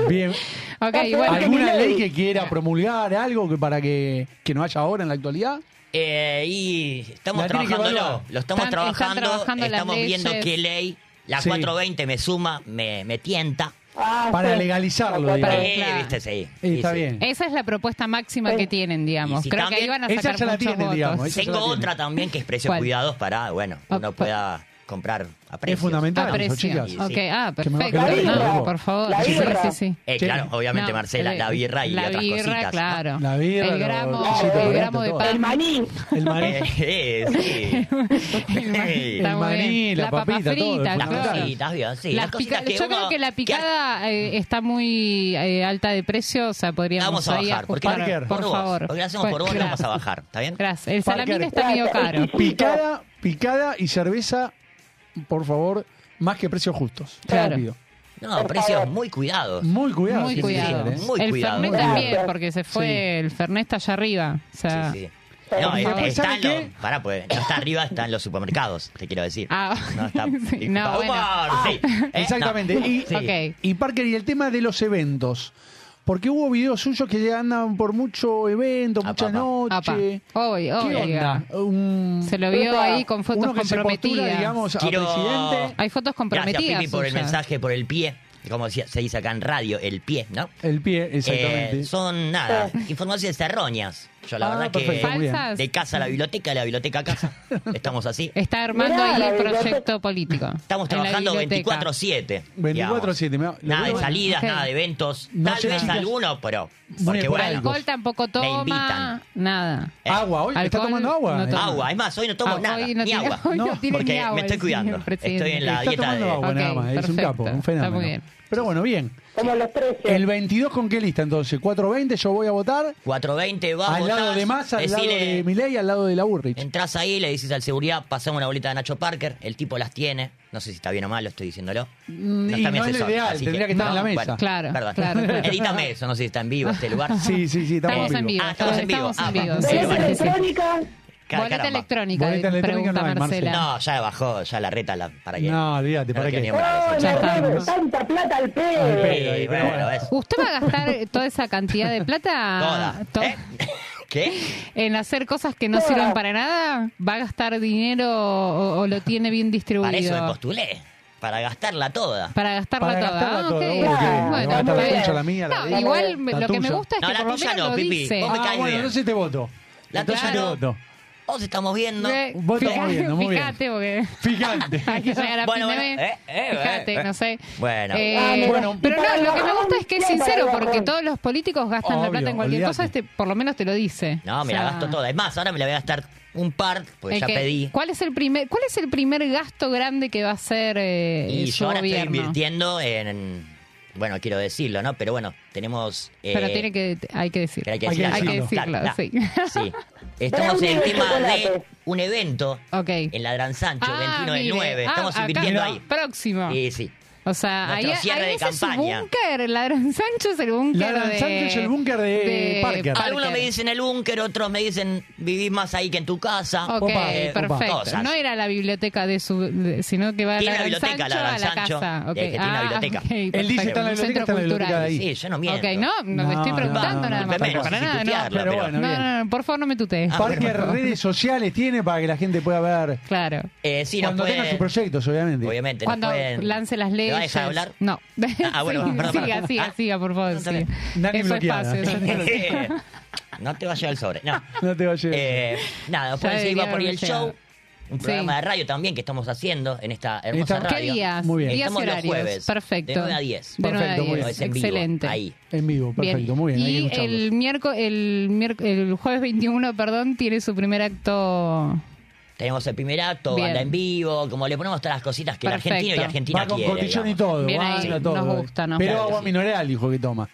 [SPEAKER 3] Bien.
[SPEAKER 4] Ok,
[SPEAKER 5] Hasta
[SPEAKER 4] bueno.
[SPEAKER 5] ahí.
[SPEAKER 3] ¿Alguna
[SPEAKER 5] Milei.
[SPEAKER 3] ley que quiera promulgar, algo que para que, que no haya ahora en la actualidad?
[SPEAKER 9] Eh, y estamos
[SPEAKER 3] La tiene que
[SPEAKER 9] trabajándolo.
[SPEAKER 3] evaluar.
[SPEAKER 9] Lo estamos
[SPEAKER 4] Están- están
[SPEAKER 9] trabajando.
[SPEAKER 4] trabajando las
[SPEAKER 9] estamos viendo
[SPEAKER 4] leyes.
[SPEAKER 9] qué ley. La
[SPEAKER 3] Sí.
[SPEAKER 9] 420 me suma, me, me tienta.
[SPEAKER 5] Ah,
[SPEAKER 3] Para
[SPEAKER 5] sí.
[SPEAKER 3] legalizarlo,
[SPEAKER 5] Para-
[SPEAKER 3] digamos.
[SPEAKER 9] Eh,
[SPEAKER 4] claro.
[SPEAKER 9] viste, sí.
[SPEAKER 3] Eh,
[SPEAKER 9] Y
[SPEAKER 3] está
[SPEAKER 9] sí.
[SPEAKER 3] bien.
[SPEAKER 4] Esa es la propuesta máxima que tienen, digamos.
[SPEAKER 9] Y si
[SPEAKER 4] Creo que
[SPEAKER 9] también-
[SPEAKER 4] ahí van a
[SPEAKER 3] Esa
[SPEAKER 4] sacar
[SPEAKER 3] ya la
[SPEAKER 4] muchos
[SPEAKER 3] tienen,
[SPEAKER 4] votos.
[SPEAKER 3] digamos, esa-
[SPEAKER 9] Tengo
[SPEAKER 3] Eso lo tiene.
[SPEAKER 9] otra también que es precios
[SPEAKER 4] ¿Cuál?
[SPEAKER 9] cuidados para, bueno,
[SPEAKER 4] Ah,
[SPEAKER 9] uno
[SPEAKER 4] pa-
[SPEAKER 9] pueda comprar a precios.
[SPEAKER 3] Es fundamental,
[SPEAKER 4] Ah,
[SPEAKER 3] eso,
[SPEAKER 4] precio.
[SPEAKER 3] chicas.
[SPEAKER 9] Sí,
[SPEAKER 4] Ok,
[SPEAKER 9] sí.
[SPEAKER 4] ah,
[SPEAKER 3] Que me va a
[SPEAKER 4] perfecto.
[SPEAKER 5] quedar
[SPEAKER 4] No,
[SPEAKER 5] la birra.
[SPEAKER 4] por favor.
[SPEAKER 5] La
[SPEAKER 4] Sí,
[SPEAKER 5] birra.
[SPEAKER 4] sí, sí.
[SPEAKER 9] Eh,
[SPEAKER 3] Sí.
[SPEAKER 9] claro, obviamente,
[SPEAKER 4] No,
[SPEAKER 9] Marcela,
[SPEAKER 4] eh,
[SPEAKER 9] la birra y
[SPEAKER 4] la
[SPEAKER 9] otras
[SPEAKER 4] birra,
[SPEAKER 9] cositas. ¿no?
[SPEAKER 4] Claro.
[SPEAKER 3] La birra,
[SPEAKER 4] el
[SPEAKER 3] lo-
[SPEAKER 4] gramo,
[SPEAKER 3] sí,
[SPEAKER 5] todo,
[SPEAKER 4] el gramo de
[SPEAKER 3] todo.
[SPEAKER 4] pan.
[SPEAKER 5] El maní.
[SPEAKER 3] El maní.
[SPEAKER 9] Eh, eh, sí. Eh,
[SPEAKER 4] Está muy
[SPEAKER 3] maní,
[SPEAKER 4] bien.
[SPEAKER 3] la
[SPEAKER 4] la, papa
[SPEAKER 3] papita, todo,
[SPEAKER 4] frita,
[SPEAKER 9] Las
[SPEAKER 3] fundamental.
[SPEAKER 4] claro.
[SPEAKER 9] cositas, bien, sí.
[SPEAKER 4] Las
[SPEAKER 9] Las cositas
[SPEAKER 4] pica-
[SPEAKER 9] que
[SPEAKER 4] yo
[SPEAKER 9] uno-
[SPEAKER 4] creo que la picada eh, está muy eh, alta de precio, o sea, podríamos
[SPEAKER 9] Vamos a
[SPEAKER 4] ahí
[SPEAKER 9] bajar. Porque
[SPEAKER 4] ajustar,
[SPEAKER 3] Parker,
[SPEAKER 4] por
[SPEAKER 9] vos,
[SPEAKER 4] favor.
[SPEAKER 9] Porque lo hacemos por
[SPEAKER 4] Pues,
[SPEAKER 9] vos, lo vamos a
[SPEAKER 4] gracias.
[SPEAKER 9] bajar. ¿Está bien?
[SPEAKER 4] Gracias. El
[SPEAKER 3] Parker.
[SPEAKER 4] salamín está medio caro.
[SPEAKER 3] Picada, picada y cerveza, por favor, más que precios justos.
[SPEAKER 4] Claro.
[SPEAKER 3] Rápido.
[SPEAKER 9] No, precios muy cuidados.
[SPEAKER 3] Muy cuidado.
[SPEAKER 4] Muy
[SPEAKER 3] sí,
[SPEAKER 4] cuidado.
[SPEAKER 3] señor, ¿eh?
[SPEAKER 9] Muy
[SPEAKER 4] el
[SPEAKER 9] cuidado.
[SPEAKER 4] Fernet
[SPEAKER 5] Gracias.
[SPEAKER 4] también, porque se fue, el Fernet está allá arriba. O sea,
[SPEAKER 9] Sí, sí. No,
[SPEAKER 3] Y
[SPEAKER 9] está-
[SPEAKER 3] después,
[SPEAKER 9] están
[SPEAKER 3] ¿sabe
[SPEAKER 9] los- pará, pues, no está arriba, están los supermercados, te quiero decir.
[SPEAKER 4] Ah,
[SPEAKER 9] no está.
[SPEAKER 4] sí, no,
[SPEAKER 9] Disculpa,
[SPEAKER 4] bueno.
[SPEAKER 9] Omar, sí. Eh, no.
[SPEAKER 3] Ah, Exactamente. Y,
[SPEAKER 9] Sí.
[SPEAKER 4] Ok.
[SPEAKER 3] y Parker, y el tema de los eventos. Porque hubo videos suyos que andan por mucho evento,
[SPEAKER 4] Ah,
[SPEAKER 3] mucha
[SPEAKER 9] Apa, apa.
[SPEAKER 4] Apa.
[SPEAKER 3] noche.
[SPEAKER 4] Hoy,
[SPEAKER 3] ¿Qué
[SPEAKER 4] hoy,
[SPEAKER 3] onda?
[SPEAKER 4] oiga.
[SPEAKER 3] Un-
[SPEAKER 4] Se lo vio ahí con fotos
[SPEAKER 3] uno que se postula,
[SPEAKER 4] comprometidas.
[SPEAKER 3] digamos, a
[SPEAKER 9] Quiero-
[SPEAKER 3] presidente.
[SPEAKER 4] Hay fotos comprometidas.
[SPEAKER 9] Gracias, Pipi, por el
[SPEAKER 4] suyas.
[SPEAKER 9] mensaje, por el pie. Como decía- se dice acá en radio, el pie, ¿no?
[SPEAKER 3] El pie, exactamente.
[SPEAKER 9] Eh, son nada, informaciones erróneas. Yo la
[SPEAKER 10] Ah,
[SPEAKER 9] verdad
[SPEAKER 10] perfecto, muy
[SPEAKER 9] que
[SPEAKER 10] bien. Falsas.
[SPEAKER 9] de casa a la biblioteca, de la biblioteca a casa. Estamos así.
[SPEAKER 4] Está armando
[SPEAKER 9] Mirá,
[SPEAKER 4] ahí
[SPEAKER 9] la
[SPEAKER 4] el
[SPEAKER 9] biblioteca.
[SPEAKER 4] proyecto político.
[SPEAKER 9] Estamos
[SPEAKER 4] en la
[SPEAKER 9] trabajando
[SPEAKER 4] biblioteca.
[SPEAKER 9] 24-7.
[SPEAKER 10] 24/7, me-
[SPEAKER 9] digamos.
[SPEAKER 10] lo
[SPEAKER 9] Nada de
[SPEAKER 10] bueno-
[SPEAKER 9] salidas,
[SPEAKER 10] Ok.
[SPEAKER 9] nada de eventos.
[SPEAKER 10] No
[SPEAKER 9] Tal
[SPEAKER 10] sé,
[SPEAKER 9] vez
[SPEAKER 10] chicas.
[SPEAKER 9] alguno, pero.
[SPEAKER 10] Muy
[SPEAKER 9] Porque bueno.
[SPEAKER 4] Alcohol tampoco
[SPEAKER 9] Me
[SPEAKER 4] toma,
[SPEAKER 9] invitan. ¿Eh?
[SPEAKER 4] nada.
[SPEAKER 10] Agua, hoy está
[SPEAKER 4] Alcohol
[SPEAKER 10] tomando agua.
[SPEAKER 4] no toma.
[SPEAKER 9] Agua, es más, hoy no tomo
[SPEAKER 4] Ah,
[SPEAKER 9] nada,
[SPEAKER 4] hoy no
[SPEAKER 9] ni
[SPEAKER 4] tiene-
[SPEAKER 9] agua.
[SPEAKER 4] hoy no tiene
[SPEAKER 9] porque
[SPEAKER 4] ni agua,
[SPEAKER 9] me estoy
[SPEAKER 4] el
[SPEAKER 9] cuidando.
[SPEAKER 4] señor presidente.
[SPEAKER 9] Estoy en la
[SPEAKER 10] Está
[SPEAKER 9] dieta
[SPEAKER 10] tomando
[SPEAKER 9] de.
[SPEAKER 10] agua nada
[SPEAKER 4] Ok,
[SPEAKER 10] más, es un
[SPEAKER 4] perfecto.
[SPEAKER 10] capo, un
[SPEAKER 4] Está
[SPEAKER 10] fenómeno.
[SPEAKER 4] muy bien.
[SPEAKER 10] Pero bueno, bien.
[SPEAKER 5] Como los precios.
[SPEAKER 10] El 22 con qué lista entonces? 420 yo voy a votar
[SPEAKER 9] 420 va,
[SPEAKER 10] al lado
[SPEAKER 9] votás,
[SPEAKER 10] de Massa, al lado
[SPEAKER 9] decile-
[SPEAKER 10] de Milei, al lado de la Burrich.
[SPEAKER 9] Entrás ahí, le dices al seguridad, pasame una bolita de Nacho Parker, el tipo las tiene, no sé si está bien o mal, lo estoy diciéndolo.
[SPEAKER 10] Mm, y
[SPEAKER 9] en mi
[SPEAKER 10] no es lo
[SPEAKER 9] asesor,
[SPEAKER 10] ideal,
[SPEAKER 9] así
[SPEAKER 10] tendría que estar en la mesa.
[SPEAKER 4] Claro,
[SPEAKER 9] perdón.
[SPEAKER 4] claro, claro.
[SPEAKER 9] Edítame eso, no sé si está en vivo este lugar.
[SPEAKER 10] Sí, sí, sí, estamos,
[SPEAKER 4] Estamos en vivo.
[SPEAKER 9] Ah, estamos en vivo.
[SPEAKER 4] Estamos en
[SPEAKER 9] Ah,
[SPEAKER 4] vivo.
[SPEAKER 9] sí,
[SPEAKER 5] Boleta
[SPEAKER 9] bueno.
[SPEAKER 5] electrónica.
[SPEAKER 9] Car-
[SPEAKER 4] Boleta
[SPEAKER 9] caramba.
[SPEAKER 4] electrónica,
[SPEAKER 10] Boleta electrónica
[SPEAKER 4] pregunta
[SPEAKER 10] no hay,
[SPEAKER 4] Marcela.
[SPEAKER 9] No, ya bajó, ya la reta la, para que.
[SPEAKER 10] No, olvídate,
[SPEAKER 9] no
[SPEAKER 10] ¿para
[SPEAKER 9] le
[SPEAKER 10] qué?
[SPEAKER 9] quería nombrar
[SPEAKER 5] Oh,
[SPEAKER 9] eso.
[SPEAKER 4] Ya
[SPEAKER 5] la
[SPEAKER 4] estamos.
[SPEAKER 5] red, tanta plata al
[SPEAKER 10] Al
[SPEAKER 5] pedo.
[SPEAKER 10] pedo ahí,
[SPEAKER 9] Sí,
[SPEAKER 10] pero bueno.
[SPEAKER 9] bueno, es
[SPEAKER 4] ¿Usted va a gastar toda esa cantidad de plata
[SPEAKER 9] toda.
[SPEAKER 4] to-
[SPEAKER 9] ¿Eh? ¿Qué?
[SPEAKER 4] en hacer cosas que no
[SPEAKER 5] Toda.
[SPEAKER 4] sirven para nada? ¿Va a gastar dinero o, o lo tiene bien distribuido?
[SPEAKER 9] Para eso me postulé, para gastarla toda.
[SPEAKER 4] Para gastarla
[SPEAKER 10] Para
[SPEAKER 4] toda.
[SPEAKER 10] gastarla
[SPEAKER 4] Ah,
[SPEAKER 10] toda,
[SPEAKER 4] ok.
[SPEAKER 10] obvio que le
[SPEAKER 4] Bueno,
[SPEAKER 10] va a gastar la
[SPEAKER 4] está bien.
[SPEAKER 10] tuya, la mía, la
[SPEAKER 4] No,
[SPEAKER 10] de-
[SPEAKER 4] igual me-
[SPEAKER 10] la
[SPEAKER 4] lo que me
[SPEAKER 10] tuya.
[SPEAKER 4] gusta es
[SPEAKER 9] No,
[SPEAKER 4] que
[SPEAKER 9] la
[SPEAKER 4] por lo
[SPEAKER 9] tuya
[SPEAKER 4] menos
[SPEAKER 9] no,
[SPEAKER 4] lo
[SPEAKER 9] Pipi.
[SPEAKER 4] dice.
[SPEAKER 9] Vos me
[SPEAKER 10] Ah,
[SPEAKER 9] caes
[SPEAKER 10] bueno,
[SPEAKER 9] bien.
[SPEAKER 10] entonces te voto.
[SPEAKER 9] La
[SPEAKER 10] entonces
[SPEAKER 9] tuya
[SPEAKER 10] te
[SPEAKER 9] no.
[SPEAKER 10] voto.
[SPEAKER 9] Os estamos viendo.
[SPEAKER 4] Eh,
[SPEAKER 10] Voto
[SPEAKER 4] fíjate,
[SPEAKER 10] muy bien, muy bien.
[SPEAKER 4] fíjate, porque
[SPEAKER 10] Fíjate.
[SPEAKER 4] hay que llegar a
[SPEAKER 9] Bueno,
[SPEAKER 4] fin de
[SPEAKER 9] bueno,
[SPEAKER 4] mes.
[SPEAKER 9] eh, eh,
[SPEAKER 4] fíjate,
[SPEAKER 9] eh, eh.
[SPEAKER 4] no sé.
[SPEAKER 9] Bueno.
[SPEAKER 4] Eh,
[SPEAKER 5] Ah, mira.
[SPEAKER 10] Bueno.
[SPEAKER 4] pero
[SPEAKER 5] Para
[SPEAKER 4] no, lo
[SPEAKER 5] el
[SPEAKER 4] que me gusta es que es
[SPEAKER 5] barrón,
[SPEAKER 4] sincero,
[SPEAKER 5] para el
[SPEAKER 4] porque
[SPEAKER 5] barrón.
[SPEAKER 4] todos los políticos gastan la
[SPEAKER 10] Obvio,
[SPEAKER 4] plata en cualquier
[SPEAKER 10] olvídate.
[SPEAKER 4] cosa, este por lo menos te lo dice.
[SPEAKER 9] No, me
[SPEAKER 4] O
[SPEAKER 9] la
[SPEAKER 4] sea,
[SPEAKER 9] gasto toda. Es más, ahora me la voy a gastar un par, porque
[SPEAKER 4] el
[SPEAKER 9] ya
[SPEAKER 4] que-
[SPEAKER 9] pedí.
[SPEAKER 4] ¿Cuál es el primer cuál es el primer gasto grande que va a hacer eh,
[SPEAKER 9] Y
[SPEAKER 4] su
[SPEAKER 9] yo ahora
[SPEAKER 4] gobierno?
[SPEAKER 9] estoy invirtiendo en. Bueno, quiero decirlo, ¿no? Pero bueno, tenemos. eh,
[SPEAKER 4] Pero tiene que hay que decir.
[SPEAKER 9] pero hay que
[SPEAKER 10] Hay que
[SPEAKER 9] decirlo.
[SPEAKER 4] Hay que
[SPEAKER 9] Claro,
[SPEAKER 4] decirlo,
[SPEAKER 9] claro.
[SPEAKER 4] sí.
[SPEAKER 9] Sí. Estamos
[SPEAKER 5] Brownie
[SPEAKER 9] en el
[SPEAKER 5] de
[SPEAKER 9] tema de
[SPEAKER 5] chocolate.
[SPEAKER 9] un evento
[SPEAKER 4] Ok.
[SPEAKER 9] en la Gran Sancho,
[SPEAKER 4] Ah,
[SPEAKER 9] 21 del
[SPEAKER 4] mire.
[SPEAKER 9] 9.
[SPEAKER 4] Ah,
[SPEAKER 9] Estamos
[SPEAKER 4] acá
[SPEAKER 9] invirtiendo ahí.
[SPEAKER 4] Próximo.
[SPEAKER 9] Sí, sí.
[SPEAKER 4] O sea, ahí,
[SPEAKER 9] Nuestro cierre
[SPEAKER 4] ahí
[SPEAKER 9] de
[SPEAKER 4] ese es su
[SPEAKER 9] campaña.
[SPEAKER 4] búnker. La Gran Sancho es el búnker.
[SPEAKER 10] La Gran
[SPEAKER 4] de-
[SPEAKER 10] Sancho es el búnker de Parker.
[SPEAKER 9] Algunos me dicen el búnker, otros me dicen vivís más ahí que en tu casa.
[SPEAKER 4] Ok,
[SPEAKER 10] Opa,
[SPEAKER 9] Eh,
[SPEAKER 4] perfecto.
[SPEAKER 9] cosas.
[SPEAKER 4] No era la biblioteca de su. de- sino que va a
[SPEAKER 9] Tiene
[SPEAKER 4] la
[SPEAKER 9] una
[SPEAKER 4] Gran
[SPEAKER 9] biblioteca,
[SPEAKER 4] Sancho
[SPEAKER 9] la Gran
[SPEAKER 4] a la
[SPEAKER 9] Sancho.
[SPEAKER 4] casa. Ok.
[SPEAKER 9] Es que tiene una
[SPEAKER 4] Ah,
[SPEAKER 9] biblioteca.
[SPEAKER 4] ok,
[SPEAKER 9] Él
[SPEAKER 10] Él
[SPEAKER 4] perfecto.
[SPEAKER 10] dice está en la
[SPEAKER 4] Un
[SPEAKER 10] biblioteca,
[SPEAKER 4] centro
[SPEAKER 10] está en la biblioteca de
[SPEAKER 4] cultural.
[SPEAKER 10] ahí.
[SPEAKER 9] Sí, yo no miento.
[SPEAKER 4] Ok, no, no,
[SPEAKER 10] No,
[SPEAKER 4] me estoy
[SPEAKER 10] no,
[SPEAKER 4] preguntando
[SPEAKER 10] no,
[SPEAKER 4] nada
[SPEAKER 10] no,
[SPEAKER 4] más.
[SPEAKER 10] tampoco
[SPEAKER 4] para
[SPEAKER 9] así
[SPEAKER 4] nada, no.
[SPEAKER 9] tutearlo,
[SPEAKER 10] Pero
[SPEAKER 9] pero-
[SPEAKER 10] bueno,
[SPEAKER 4] No,
[SPEAKER 10] bien.
[SPEAKER 4] no, no, por favor no me tutees.
[SPEAKER 9] Ah,
[SPEAKER 10] Parque
[SPEAKER 9] bueno.
[SPEAKER 10] redes sociales tiene para que la gente pueda ver.
[SPEAKER 4] Claro.
[SPEAKER 9] Eh, sí,
[SPEAKER 10] Cuando
[SPEAKER 9] nos pueden-
[SPEAKER 10] tenga sus proyectos, obviamente.
[SPEAKER 9] Obviamente,
[SPEAKER 4] Cuando
[SPEAKER 9] nos pueden-
[SPEAKER 4] lance las
[SPEAKER 9] ¿Me
[SPEAKER 4] leyes.
[SPEAKER 9] va a dejar hablar?
[SPEAKER 4] No.
[SPEAKER 9] Ah, bueno,
[SPEAKER 4] Sí,
[SPEAKER 9] perdón,
[SPEAKER 4] Siga,
[SPEAKER 9] perdón.
[SPEAKER 4] siga,
[SPEAKER 9] Ah.
[SPEAKER 4] siga, por favor.
[SPEAKER 9] No, está
[SPEAKER 4] siga.
[SPEAKER 9] bien.
[SPEAKER 10] Dani
[SPEAKER 4] Eso es
[SPEAKER 10] bloqueada.
[SPEAKER 4] fácil. eso es fácil.
[SPEAKER 9] Eh, no te va a llevar el sobre. No.
[SPEAKER 10] No te va a llevar.
[SPEAKER 9] Eh, nada,
[SPEAKER 4] Ya
[SPEAKER 9] después decir,
[SPEAKER 4] debería
[SPEAKER 9] va por ahí el
[SPEAKER 4] haberme llegado.
[SPEAKER 9] show. Un programa
[SPEAKER 4] Sí.
[SPEAKER 9] de radio también que estamos haciendo en esta hermosa
[SPEAKER 10] Esta-
[SPEAKER 9] radio.
[SPEAKER 4] ¿Qué días?
[SPEAKER 10] Muy bien.
[SPEAKER 4] Días
[SPEAKER 9] Estamos
[SPEAKER 4] y
[SPEAKER 9] los
[SPEAKER 4] horarios.
[SPEAKER 9] jueves,
[SPEAKER 4] Perfecto.
[SPEAKER 9] de 9 a 10.
[SPEAKER 4] De 9 a
[SPEAKER 10] Perfecto, muy
[SPEAKER 4] 10.
[SPEAKER 9] Es en vivo,
[SPEAKER 4] Excelente.
[SPEAKER 9] ahí.
[SPEAKER 10] En vivo, perfecto,
[SPEAKER 4] Bien.
[SPEAKER 10] muy bien. hay que
[SPEAKER 4] Y
[SPEAKER 10] escucharlos.
[SPEAKER 4] el, miércoles, el, miérc- el jueves 21, perdón, tiene su primer acto.
[SPEAKER 9] Tenemos el primer acto,
[SPEAKER 4] Bien.
[SPEAKER 9] banda en vivo, como le ponemos todas las cositas que
[SPEAKER 4] Perfecto.
[SPEAKER 9] el argentino y Argentina
[SPEAKER 10] Va con
[SPEAKER 9] quiere.
[SPEAKER 10] cotillón y
[SPEAKER 9] digamos.
[SPEAKER 10] todo.
[SPEAKER 4] Bien
[SPEAKER 10] va
[SPEAKER 4] ahí,
[SPEAKER 10] a todo.
[SPEAKER 4] nos gusta, nos
[SPEAKER 10] Pero
[SPEAKER 9] gusta.
[SPEAKER 10] agua mineral, hijo que toma.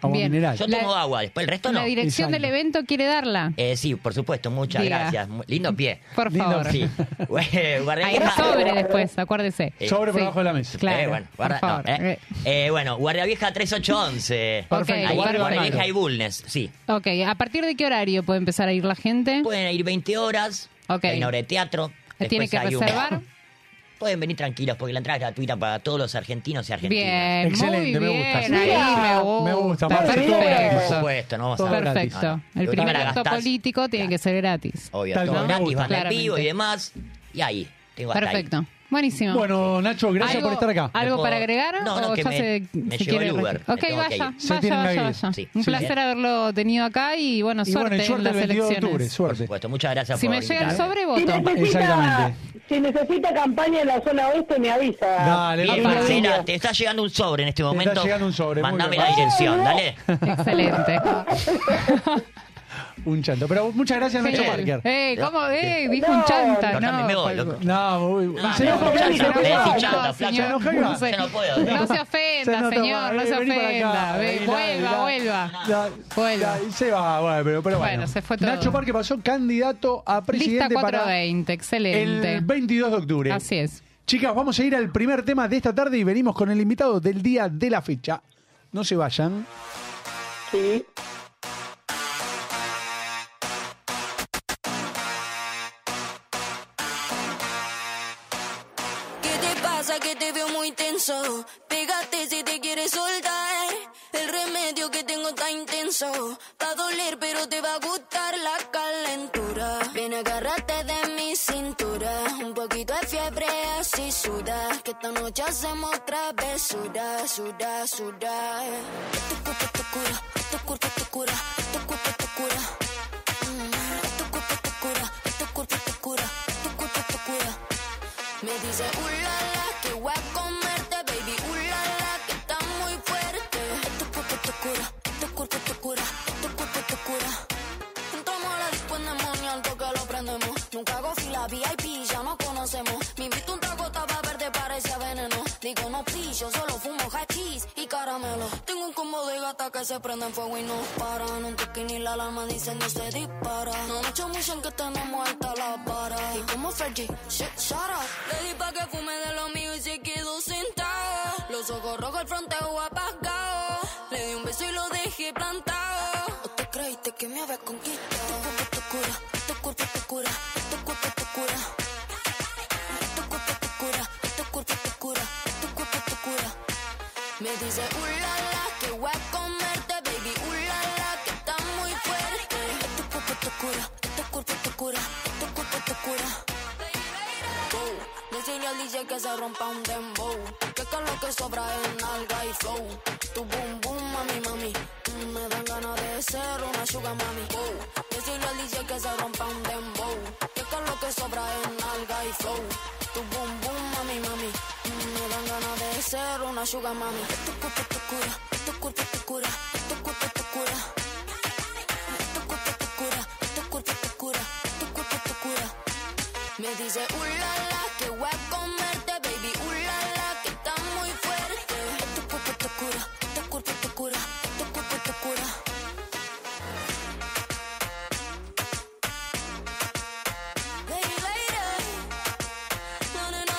[SPEAKER 10] Agua
[SPEAKER 4] Bien.
[SPEAKER 10] mineral.
[SPEAKER 9] Yo
[SPEAKER 4] La-
[SPEAKER 9] tomo agua, después el resto no.
[SPEAKER 4] La dirección
[SPEAKER 10] Exacto.
[SPEAKER 4] del evento quiere darla.
[SPEAKER 9] Eh, sí, por supuesto, muchas
[SPEAKER 4] Diga.
[SPEAKER 9] gracias. Mu- Lindo pie.
[SPEAKER 4] Por
[SPEAKER 10] Lindo,
[SPEAKER 4] favor.
[SPEAKER 9] Sí.
[SPEAKER 4] Ahí
[SPEAKER 9] Guardia
[SPEAKER 4] el sobre después, acuérdese.
[SPEAKER 9] Eh,
[SPEAKER 10] Sobre por
[SPEAKER 4] sí.
[SPEAKER 10] abajo de la mesa.
[SPEAKER 4] Claro,
[SPEAKER 9] Eh, bueno,
[SPEAKER 4] por
[SPEAKER 9] guarda, no,
[SPEAKER 4] favor.
[SPEAKER 9] eh. Eh, bueno, Guardia Vieja 3811.
[SPEAKER 4] Perfecto,
[SPEAKER 9] Ahí,
[SPEAKER 4] guarda
[SPEAKER 9] Guardia
[SPEAKER 4] bárbaro.
[SPEAKER 9] Vieja y Bulnes, sí.
[SPEAKER 4] Eh, Ok, ¿a partir de qué horario puede empezar a ir la gente?
[SPEAKER 9] Pueden ir 20 horas,
[SPEAKER 4] Ok.
[SPEAKER 9] hay una hora de teatro.
[SPEAKER 4] ¿La tiene
[SPEAKER 9] después
[SPEAKER 4] que
[SPEAKER 9] hay un-
[SPEAKER 4] reservar?
[SPEAKER 9] Pueden venir tranquilos porque la entrada es gratuita para todos los argentinos y argentinas.
[SPEAKER 4] Bien,
[SPEAKER 10] Excelente,
[SPEAKER 4] muy
[SPEAKER 10] me
[SPEAKER 4] bien.
[SPEAKER 10] gusta.
[SPEAKER 4] Ahí me
[SPEAKER 10] Me
[SPEAKER 4] gusta.
[SPEAKER 10] gusta, Marce, todo
[SPEAKER 4] perfecto.
[SPEAKER 9] Por
[SPEAKER 10] gratis.
[SPEAKER 9] supuesto, no vamos
[SPEAKER 10] Todo
[SPEAKER 9] a
[SPEAKER 10] gratis.
[SPEAKER 4] Perfecto.
[SPEAKER 9] No,
[SPEAKER 4] El
[SPEAKER 9] no,
[SPEAKER 4] primer
[SPEAKER 9] no,
[SPEAKER 4] acto
[SPEAKER 9] gastás,
[SPEAKER 4] político tiene que ser gratis.
[SPEAKER 9] Obvio,
[SPEAKER 10] Tal
[SPEAKER 9] todo
[SPEAKER 10] cual.
[SPEAKER 9] gratis, van en
[SPEAKER 4] Claramente.
[SPEAKER 9] vivo y demás. Y ahí, tengo hasta ahí.
[SPEAKER 4] Perfecto. Buenísimo.
[SPEAKER 10] Bueno, Nacho, gracias
[SPEAKER 4] ¿Algo-
[SPEAKER 10] por estar acá.
[SPEAKER 4] ¿Algo
[SPEAKER 9] ¿Me puedo-
[SPEAKER 4] para agregar?
[SPEAKER 9] No, no,
[SPEAKER 4] o
[SPEAKER 9] que
[SPEAKER 4] ya
[SPEAKER 9] me-
[SPEAKER 4] se,
[SPEAKER 9] me
[SPEAKER 4] se
[SPEAKER 9] llegó
[SPEAKER 4] quiere
[SPEAKER 9] el Uber,
[SPEAKER 4] retirar?
[SPEAKER 9] me
[SPEAKER 4] Ok,
[SPEAKER 9] tengo que
[SPEAKER 4] vaya,
[SPEAKER 9] ir.
[SPEAKER 10] Se
[SPEAKER 4] vaya,
[SPEAKER 10] tiene que
[SPEAKER 4] vaya,
[SPEAKER 10] ir.
[SPEAKER 4] vaya.
[SPEAKER 9] Sí.
[SPEAKER 4] Un
[SPEAKER 9] Sí.
[SPEAKER 4] placer haberlo tenido acá y bueno,
[SPEAKER 10] Y
[SPEAKER 4] suerte,
[SPEAKER 10] bueno, y suerte
[SPEAKER 4] en
[SPEAKER 10] el
[SPEAKER 4] las
[SPEAKER 10] 22 de octubre,
[SPEAKER 4] elecciones.
[SPEAKER 9] Por
[SPEAKER 10] suerte.
[SPEAKER 9] supuesto, muchas gracias
[SPEAKER 4] Si
[SPEAKER 9] por
[SPEAKER 4] me llega el
[SPEAKER 9] invitarme.
[SPEAKER 4] sobre,
[SPEAKER 5] Si
[SPEAKER 4] voto.
[SPEAKER 5] necesita,
[SPEAKER 10] Exactamente.
[SPEAKER 5] si necesita campaña en la zona oeste, me avisa.
[SPEAKER 10] Dale,
[SPEAKER 9] Bien,
[SPEAKER 5] Amigo
[SPEAKER 10] dale.
[SPEAKER 5] mío.
[SPEAKER 9] Marcela, te está llegando un sobre en este
[SPEAKER 10] está
[SPEAKER 9] momento.
[SPEAKER 10] llegando un sobre, muy
[SPEAKER 9] Mandame
[SPEAKER 10] bien.
[SPEAKER 9] la dirección, dale.
[SPEAKER 4] Excelente.
[SPEAKER 10] Un chanto. Pero muchas gracias, Nacho Parker.
[SPEAKER 4] Genial. Eh, ¿cómo? Eh, dijo un
[SPEAKER 5] No,
[SPEAKER 9] no,
[SPEAKER 4] chanta. No, Pues,
[SPEAKER 9] no, me voy,
[SPEAKER 4] Paul.
[SPEAKER 9] loco.
[SPEAKER 10] No, muy
[SPEAKER 9] Ah,
[SPEAKER 10] se
[SPEAKER 9] no,
[SPEAKER 10] enoja,
[SPEAKER 5] chanta,
[SPEAKER 10] se
[SPEAKER 5] chanta,
[SPEAKER 10] enoja.
[SPEAKER 5] me decís
[SPEAKER 4] No,
[SPEAKER 9] chanta,
[SPEAKER 4] señor,
[SPEAKER 9] flaco.
[SPEAKER 10] Se enoja,
[SPEAKER 4] no, se-
[SPEAKER 9] Yo no puedo.
[SPEAKER 4] No se ofenda,
[SPEAKER 10] Se nota,
[SPEAKER 4] señor, no
[SPEAKER 10] vale,
[SPEAKER 4] se
[SPEAKER 10] vení para
[SPEAKER 4] ofenda.
[SPEAKER 10] acá,
[SPEAKER 4] Ve,
[SPEAKER 10] vení, dale,
[SPEAKER 4] Vuelva,
[SPEAKER 10] dale.
[SPEAKER 4] vuelva.
[SPEAKER 10] Ya,
[SPEAKER 4] Vuelva.
[SPEAKER 10] ya, se va, bueno, pero, pero bueno.
[SPEAKER 4] Bueno, se fue todo.
[SPEAKER 10] Nacho Parque pasó candidato a
[SPEAKER 4] Lista
[SPEAKER 10] presidente para
[SPEAKER 4] 420, excelente.
[SPEAKER 10] el 22 de octubre.
[SPEAKER 4] Así es.
[SPEAKER 10] Chicas, vamos a ir al primer tema de esta tarde y venimos con el invitado del día de la fecha. No se vayan.
[SPEAKER 5] Sí.
[SPEAKER 11] ¿Qué te pasa que te veo muy tenso? Pégate si te quieres soltar. El remedio que tengo está intenso. Va a doler, pero te va a gustar la calentura. Ven, agárrate de mi cintura. Un poquito de fiebre, así suda. Que esta noche hacemos travesura, suda, suda. Tu cuerpo te cura, tu cuerpo te cura, tu cuerpo te cura. Este cuerpo te cura, tu cuerpo te cura. Entramos a la disco en demonio, al toque lo prendemos. Nunca hago fila VIP, ya no conocemos. Me invito un trago, tapa verde, parecía veneno. Digo, no pillo, solo fumo high cheese y caramelo. Tengo un combo de gata que se prende en fuego y no para. No toque ni la alarma, dicen no se dispara. No mucho mucho en que tenemos alta la vara. Y como Fergie, shit, shut up. Le di pa' que fume de lo mío y se quedó sentada. Los ojos rojos, el fronteo apagado. Le di un beso y lo dejé plantado. ¿O te creíste que me habías conquistado? Tu cuerpo te cura, tu cuerpo te cura, tu cuerpo te cura. Tu cuerpo te cura, tu cuerpo te cura, tu cuerpo te cura. Me dice, uh la la, que voy a comerte, baby, uh la la, que está muy fuerte. Tu cuerpo te cura, tu cuerpo te cura, tu cuerpo te cura. Wow. Decirle al DJ que se rompa un dembow. Que con lo que sobra es nalga y flow. Tu boom boom, mami, mami. Mm, Me dan ganas de ser una sugar mami. Wow. Decirle al DJ que se rompa un dembow. Que con lo que sobra es nalga y flow. Tu boom boom, mami, mami. Mm, Me dan ganas de ser una sugar mami. Tu cuerpo te cura, tu cuerpo te cura, tu cuerpo te cura. Tu cuerpo te cura, tu cuerpo te cura, tu cuerpo te cura. Me dice, uh la la, que voy a comerte, baby, uh la la, que está muy fuerte. Tu cuerpo te cura, tu cuerpo te cura, tu cuerpo te cura. Lady, lady, la nena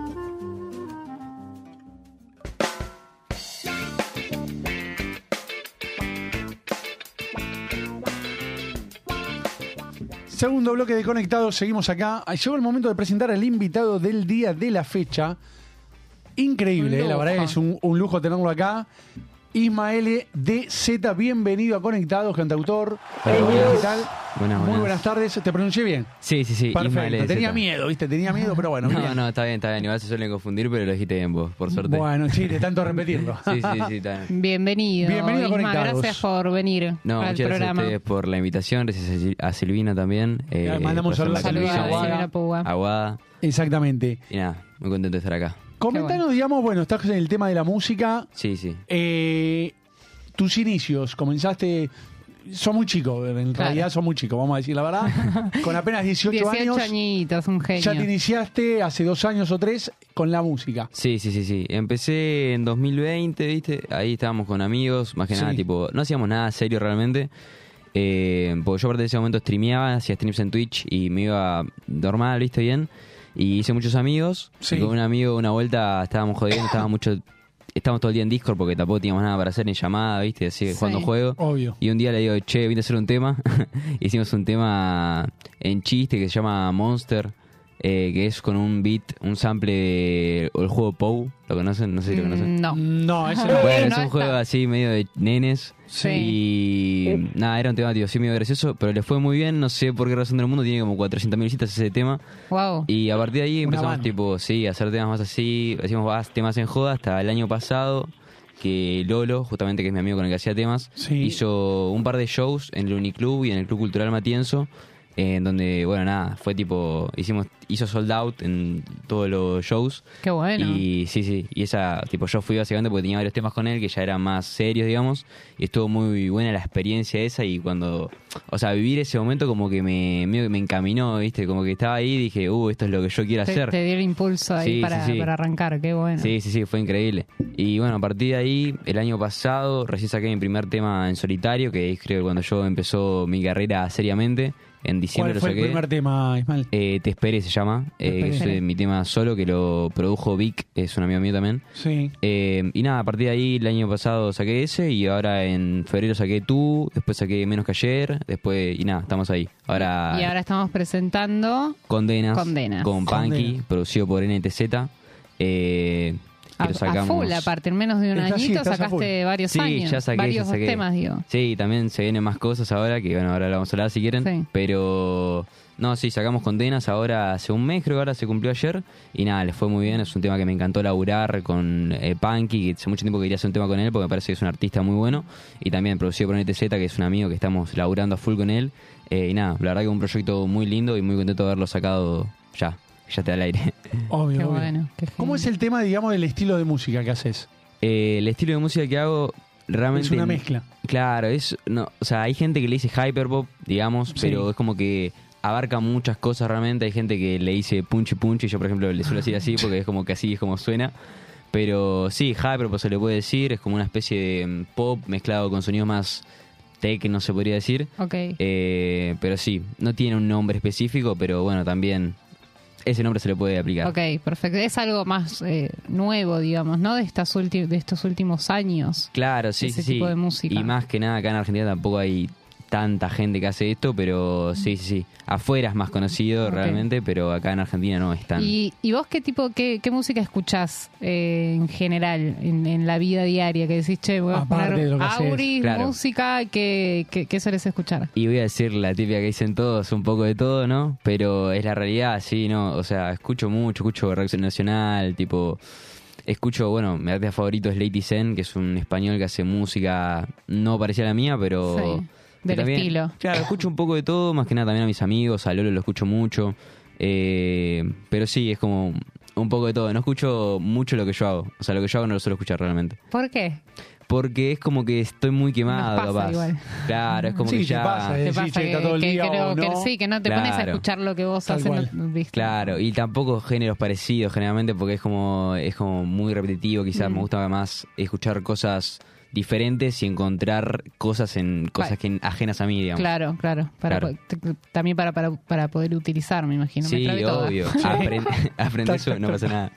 [SPEAKER 3] Segundo bloque de Conectados, seguimos acá. Llegó el momento de presentar al invitado del día de la fecha. Increíble,
[SPEAKER 10] Un
[SPEAKER 3] eh, la
[SPEAKER 10] lujo.
[SPEAKER 3] verdad que es un, un lujo tenerlo acá. Ismael DZ, bienvenido a Conectados, cantautor.
[SPEAKER 12] Hola, buenas.
[SPEAKER 3] ¿Qué tal?
[SPEAKER 12] Buenas,
[SPEAKER 3] Muy
[SPEAKER 12] buenas.
[SPEAKER 3] buenas tardes, ¿te pronuncié bien?
[SPEAKER 12] Sí, sí, sí. Ismael
[SPEAKER 3] Perfecto,
[SPEAKER 12] EZ.
[SPEAKER 3] tenía miedo, ¿viste? Tenía miedo, pero bueno.
[SPEAKER 12] No,
[SPEAKER 3] bien.
[SPEAKER 12] no, está bien, está bien. Igual se suelen confundir, pero lo dijiste bien vos, por suerte.
[SPEAKER 3] Bueno, sí, de tanto repetirlo.
[SPEAKER 12] Sí, sí, sí, está bien.
[SPEAKER 4] Bienvenido.
[SPEAKER 3] Bienvenido a
[SPEAKER 4] Isma,
[SPEAKER 3] Conectados.
[SPEAKER 4] gracias por venir
[SPEAKER 12] No,
[SPEAKER 4] al
[SPEAKER 12] muchas gracias a
[SPEAKER 4] programa.
[SPEAKER 12] ustedes por la invitación, gracias a Sil- a Silvina también. eh,
[SPEAKER 3] mandamos
[SPEAKER 12] por
[SPEAKER 3] un
[SPEAKER 12] hacer
[SPEAKER 3] saludo
[SPEAKER 12] la
[SPEAKER 3] a
[SPEAKER 12] conducción
[SPEAKER 3] Silvina
[SPEAKER 12] ahí. Aguada.
[SPEAKER 3] Exactamente.
[SPEAKER 12] Y nada, muy contento de estar acá.
[SPEAKER 3] Comentanos, digamos, bueno, estás en el tema de la música.
[SPEAKER 12] Sí, sí.
[SPEAKER 3] Eh, tus inicios, comenzaste. Son muy chico, en
[SPEAKER 4] Claro.
[SPEAKER 3] realidad son muy chico, vamos a decir la verdad. Con apenas 18,
[SPEAKER 4] 18
[SPEAKER 3] años,
[SPEAKER 4] añitos, un genio.
[SPEAKER 3] ya te iniciaste hace dos años o tres con la música.
[SPEAKER 12] Sí, sí, sí, sí. Empecé en 2020, ¿viste? Ahí estábamos con amigos, más que nada,
[SPEAKER 3] Sí.
[SPEAKER 12] tipo, no hacíamos nada serio realmente. Eh, porque yo aparte de ese momento streameaba, hacía streams en Twitch y me iba normal, ¿viste? Bien. Y hice muchos amigos.
[SPEAKER 3] Sí.
[SPEAKER 12] Y con un amigo una vuelta estábamos jodiendo, estábamos mucho... Estábamos todo el día en Discord porque tampoco teníamos nada para hacer ni llamada, ¿viste? Así, jugando juego.
[SPEAKER 3] Obvio.
[SPEAKER 12] Y un día le digo, che, vine a hacer un tema. Hicimos un tema en chiste que se llama Monster, eh, que es con un beat, un sample de el juego Pou. ¿Lo conocen? No sé si lo conocen.
[SPEAKER 4] No.
[SPEAKER 3] No,
[SPEAKER 4] ese
[SPEAKER 12] Mm. Bueno, es un juego así medio de nenes.
[SPEAKER 4] Sí.
[SPEAKER 12] Y nada, era un tema, tío, sí, medio gracioso, pero le fue muy bien, no sé por qué razón del mundo, tiene como 400.000 visitas ese tema.
[SPEAKER 4] Wow.
[SPEAKER 12] Y a partir de ahí
[SPEAKER 4] Una
[SPEAKER 12] empezamos,
[SPEAKER 4] banda.
[SPEAKER 12] tipo, sí, a hacer temas más así, hacíamos más temas en joda hasta el año pasado, que Lolo, justamente que es mi amigo con el que hacía temas, hizo un par de shows en el Uniclub y en el Club Cultural Matienzo, eh, en donde, bueno, nada, fue tipo, hicimos, hizo sold out en todos los shows.
[SPEAKER 4] Qué bueno.
[SPEAKER 12] Y sí, sí, y esa, tipo, yo fui básicamente porque tenía varios temas con él que ya eran más serios, digamos, y estuvo muy buena la experiencia esa y cuando, o sea, vivir ese momento como que me, medio que me encaminó, viste, como que estaba ahí y dije, uh, esto es lo que yo quiero
[SPEAKER 4] te,
[SPEAKER 12] hacer.
[SPEAKER 4] te dio el impulso ahí
[SPEAKER 12] Sí,
[SPEAKER 4] para,
[SPEAKER 12] sí, sí.
[SPEAKER 4] para arrancar, qué bueno.
[SPEAKER 12] Sí, sí, sí, fue increíble. Y bueno, a partir de ahí, el año pasado, recién saqué mi primer tema en solitario, que es creo cuando yo empezó mi carrera seriamente. En diciembre
[SPEAKER 3] ¿Cuál fue
[SPEAKER 12] lo
[SPEAKER 3] el
[SPEAKER 12] saqué.
[SPEAKER 3] primer tema, Ismael?
[SPEAKER 12] Eh, Te esperé se llama, eh, que es
[SPEAKER 3] esperé.
[SPEAKER 12] eh, mi tema solo, que lo produjo Vic, es un amigo mío también.
[SPEAKER 3] Sí.
[SPEAKER 12] Eh, y nada, a partir de ahí el año pasado saqué ese y ahora en febrero saqué tú, después saqué menos que ayer, después y nada, estamos ahí. Ahora,
[SPEAKER 4] Y ahora estamos presentando
[SPEAKER 12] Condenas,
[SPEAKER 4] Condenas.
[SPEAKER 12] con Punky,
[SPEAKER 4] Condenas.
[SPEAKER 12] producido por NTZ. Eh, que
[SPEAKER 4] A,
[SPEAKER 12] lo
[SPEAKER 4] a
[SPEAKER 12] sacamos.
[SPEAKER 4] full, aparte, en menos de un
[SPEAKER 12] Estás- sí,
[SPEAKER 4] añito
[SPEAKER 12] estás a
[SPEAKER 4] sacaste
[SPEAKER 12] full.
[SPEAKER 4] varios
[SPEAKER 12] sí,
[SPEAKER 4] años,
[SPEAKER 12] ya saqué, ya
[SPEAKER 4] varios
[SPEAKER 12] saqué.
[SPEAKER 4] temas, digo.
[SPEAKER 12] Sí, también se vienen más cosas ahora, que bueno, ahora lo vamos a hablar si quieren. Pero no, sí, sacamos condenas ahora hace un mes, creo que ahora se cumplió ayer. Y nada, les fue muy bien, es un tema que me encantó laburar con eh, Punky, que hace mucho tiempo que quería hacer un tema con él porque me parece que es un artista muy bueno. Y también producido por NTZ, que es un amigo que estamos laburando a full con él. Eh, y nada, la verdad que un proyecto muy lindo y muy contento de haberlo sacado ya, ya está al aire.
[SPEAKER 3] Obvio.
[SPEAKER 4] Qué
[SPEAKER 3] obvio.
[SPEAKER 4] bueno,
[SPEAKER 3] ¿Cómo es el tema, digamos, del estilo de música que haces?
[SPEAKER 12] Eh, el estilo de música que hago realmente.
[SPEAKER 3] Es una mezcla.
[SPEAKER 12] Claro, es. No, o sea, hay gente que le dice hyperpop, digamos, pero es como que abarca muchas cosas realmente. Hay gente que le dice punchy punchy. Yo, por ejemplo, le suelo decir así porque es como que así es como suena. Pero sí, hyperpop se le puede decir. Es como una especie de mm, pop mezclado con sonidos más techno, se podría decir.
[SPEAKER 4] Ok.
[SPEAKER 12] Eh, pero sí, no tiene un nombre específico, pero bueno, también ese nombre se le puede aplicar.
[SPEAKER 4] Ok, perfecto. Es algo más eh, nuevo, digamos, ¿no? De, estas ulti- de estos últimos años.
[SPEAKER 12] Claro, sí,
[SPEAKER 4] ese
[SPEAKER 12] sí, sí.
[SPEAKER 4] tipo de música.
[SPEAKER 12] Y más que nada acá en Argentina tampoco hay tanta gente que hace esto, pero sí, sí, sí. Afuera es más conocido
[SPEAKER 4] Ok.
[SPEAKER 12] realmente, pero acá en Argentina no es tan.
[SPEAKER 4] ¿Y, y vos qué tipo, qué, qué música escuchás eh, en general, en, en la vida diaria? Que decís, che, voy a
[SPEAKER 12] Aparte
[SPEAKER 4] poner
[SPEAKER 12] de lo que haces.
[SPEAKER 4] auris,
[SPEAKER 12] Claro.
[SPEAKER 4] música, ¿qué, qué, qué solés escuchar?
[SPEAKER 12] Y voy a decir la típica que dicen todos, un poco de todo, ¿no? Pero es la realidad, sí, ¿no? O sea, escucho mucho, escucho rock nacional, tipo... Escucho, bueno, mi artista favorito es Lady Zen, que es un español que hace música no parecida a la mía, pero...
[SPEAKER 4] Sí, del
[SPEAKER 12] pero también-
[SPEAKER 4] estilo.
[SPEAKER 12] Claro, escucho un poco de todo, más que nada también a mis amigos, a Lolo lo escucho mucho. eh, pero sí, es como un poco de todo. No escucho mucho lo que yo hago. O sea, lo que yo hago no lo suelo escuchar realmente.
[SPEAKER 4] ¿Por qué?
[SPEAKER 12] Porque es como que estoy muy quemado,
[SPEAKER 4] pasa
[SPEAKER 12] capaz.
[SPEAKER 4] igual.
[SPEAKER 12] Claro, es como
[SPEAKER 3] Sí,
[SPEAKER 12] que
[SPEAKER 3] te
[SPEAKER 12] ya.
[SPEAKER 3] pasa,
[SPEAKER 4] ¿Te pasa que, que- que no- que sí, que no te pones a
[SPEAKER 12] Claro.
[SPEAKER 4] escuchar lo que vos
[SPEAKER 12] Tal
[SPEAKER 4] haces?
[SPEAKER 12] cual.
[SPEAKER 4] no- ¿viste?
[SPEAKER 12] Claro, y tampoco géneros parecidos generalmente porque es como es como muy repetitivo, quizás
[SPEAKER 4] Mm.
[SPEAKER 12] me gusta más escuchar cosas diferentes y encontrar cosas en cosas que ajenas a mí, digamos.
[SPEAKER 4] Claro, claro. Para
[SPEAKER 12] Claro.
[SPEAKER 4] po- t- también para, para, para poder utilizar, me imagino. Me
[SPEAKER 12] Sí,
[SPEAKER 4] trabé toda.
[SPEAKER 12] obvio. Aprend- aprendés, no pasa nada.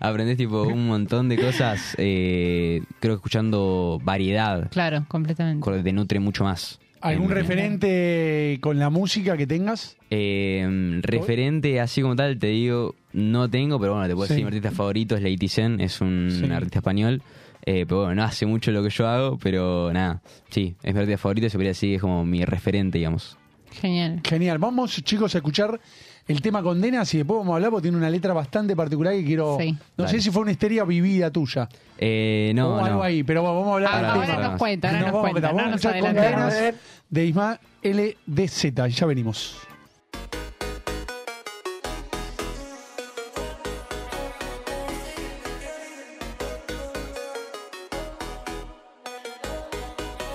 [SPEAKER 12] Aprendés tipo un montón de cosas, eh, creo que escuchando variedad,
[SPEAKER 4] claro, completamente.
[SPEAKER 12] creo que te nutre mucho más.
[SPEAKER 3] ¿Algún
[SPEAKER 12] En-
[SPEAKER 3] referente con la música que tengas?
[SPEAKER 12] Eh, referente así como tal, te digo, no tengo, pero bueno, te puedo
[SPEAKER 3] Sí.
[SPEAKER 12] decir, mi artista favorito es Lady Zen, es un
[SPEAKER 3] Sí.
[SPEAKER 12] artista español. Eh, pero bueno, no hace mucho lo que yo hago, pero nada, sí, es mi artista favorito, se podría decir, es como mi referente, digamos.
[SPEAKER 4] Genial.
[SPEAKER 3] Genial. Vamos, chicos, a escuchar el tema Condenas y después vamos a hablar porque tiene una letra bastante particular que quiero...
[SPEAKER 12] Sí.
[SPEAKER 3] No
[SPEAKER 12] Dale.
[SPEAKER 3] sé si fue una histeria vivida tuya.
[SPEAKER 12] Eh, no,
[SPEAKER 3] o Oh, algo
[SPEAKER 12] no.
[SPEAKER 3] ahí, pero vamos a hablar
[SPEAKER 12] Ahora-
[SPEAKER 3] del
[SPEAKER 12] ahora
[SPEAKER 3] tema.
[SPEAKER 12] nos cuenta,
[SPEAKER 4] ahora Ah, nos
[SPEAKER 3] vamos a
[SPEAKER 4] cuenta,
[SPEAKER 3] contar.
[SPEAKER 4] no nos
[SPEAKER 3] Vamos a escuchar
[SPEAKER 4] adelantemos.
[SPEAKER 3] Condenas de Isma LDZ. Ya venimos.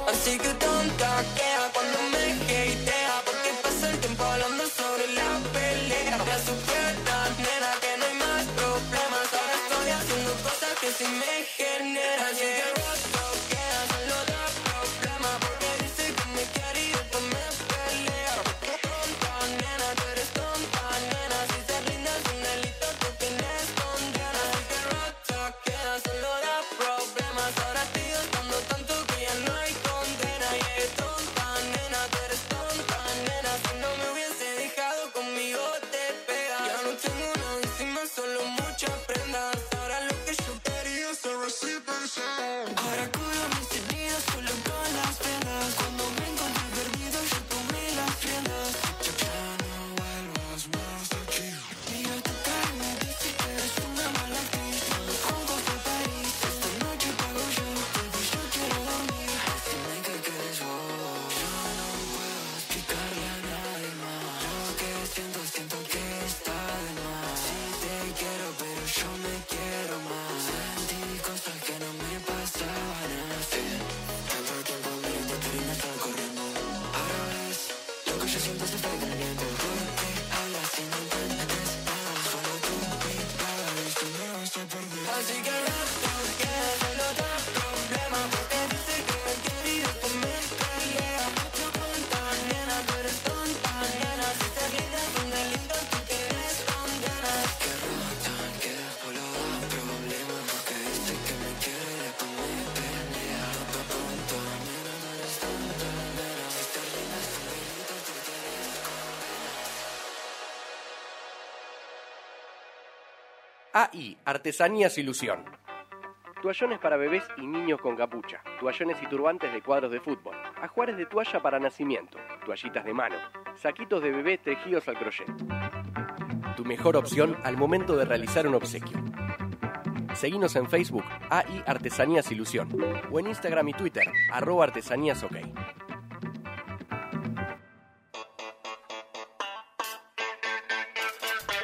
[SPEAKER 10] Así que tonta queda cuando me hatea Porque pasa el tiempo hablando sobre la pelea Me superas, nena, que no hay más problemas Ahora estoy haciendo cosas que sí me generan Así que roto queda solo dos problemas Porque dice que me quiere y después me pelea Porque tonta nena, tú eres tonta nena Si te rindes un delito tú tienes condena Así que roto queda solo dos problemas Ahora estoy gastando tanto que ya no hay condena Y es tonta nena, tú eres tonta nena Si no me hubiese dejado conmigo te pegas Ya no tengo nada encima, solo muchas prendas Ahora lo que yo quería es reciprocidad Ahora cubro mis heridas solo con las penas Cuando me encontré perdido yo tomé las riendas Ya, ya no vuelvas más aquí Mira tu cara y me dice que eres una mala actriz Ya no pongo de París Esta noche pago yo Baby yo quiero dormir Dime que quieres vos Yo no puedo explicarle a nadie más Lo que siento, siento que está de más Sí te quiero pero yo me quiero más Sentí cosas que no me pasaban antes Tanto tiempo mirando pero me está corriendo Ahora ves Lo que yo siento se está cambiando Tú te hablas y no entiendes nada Solo tú me pagas Tú me vas a perder Así que no queda solo dos problemas Porque dice que me quiere y después me pelea Yo tonta nena, tú eres tonta nena Si te rindes un delito tú tienes condena Que rota queda solo dos problemas Porque dice que me quiere y después me pelea Yo tonta nena, tú eres tonta nena Si te rindes un delito tú tienes
[SPEAKER 1] AI, Artesanías Ilusión. Toallones para bebés y niños con capucha. Toallones y turbantes de cuadros de fútbol. Ajuares de toalla para nacimiento. Toallitas de mano. Saquitos de bebé tejidos al crochet. Tu mejor opción al momento de realizar un obsequio. Seguinos en Facebook AI Artesanías Ilusión o en Instagram y Twitter arroba artesanías ok.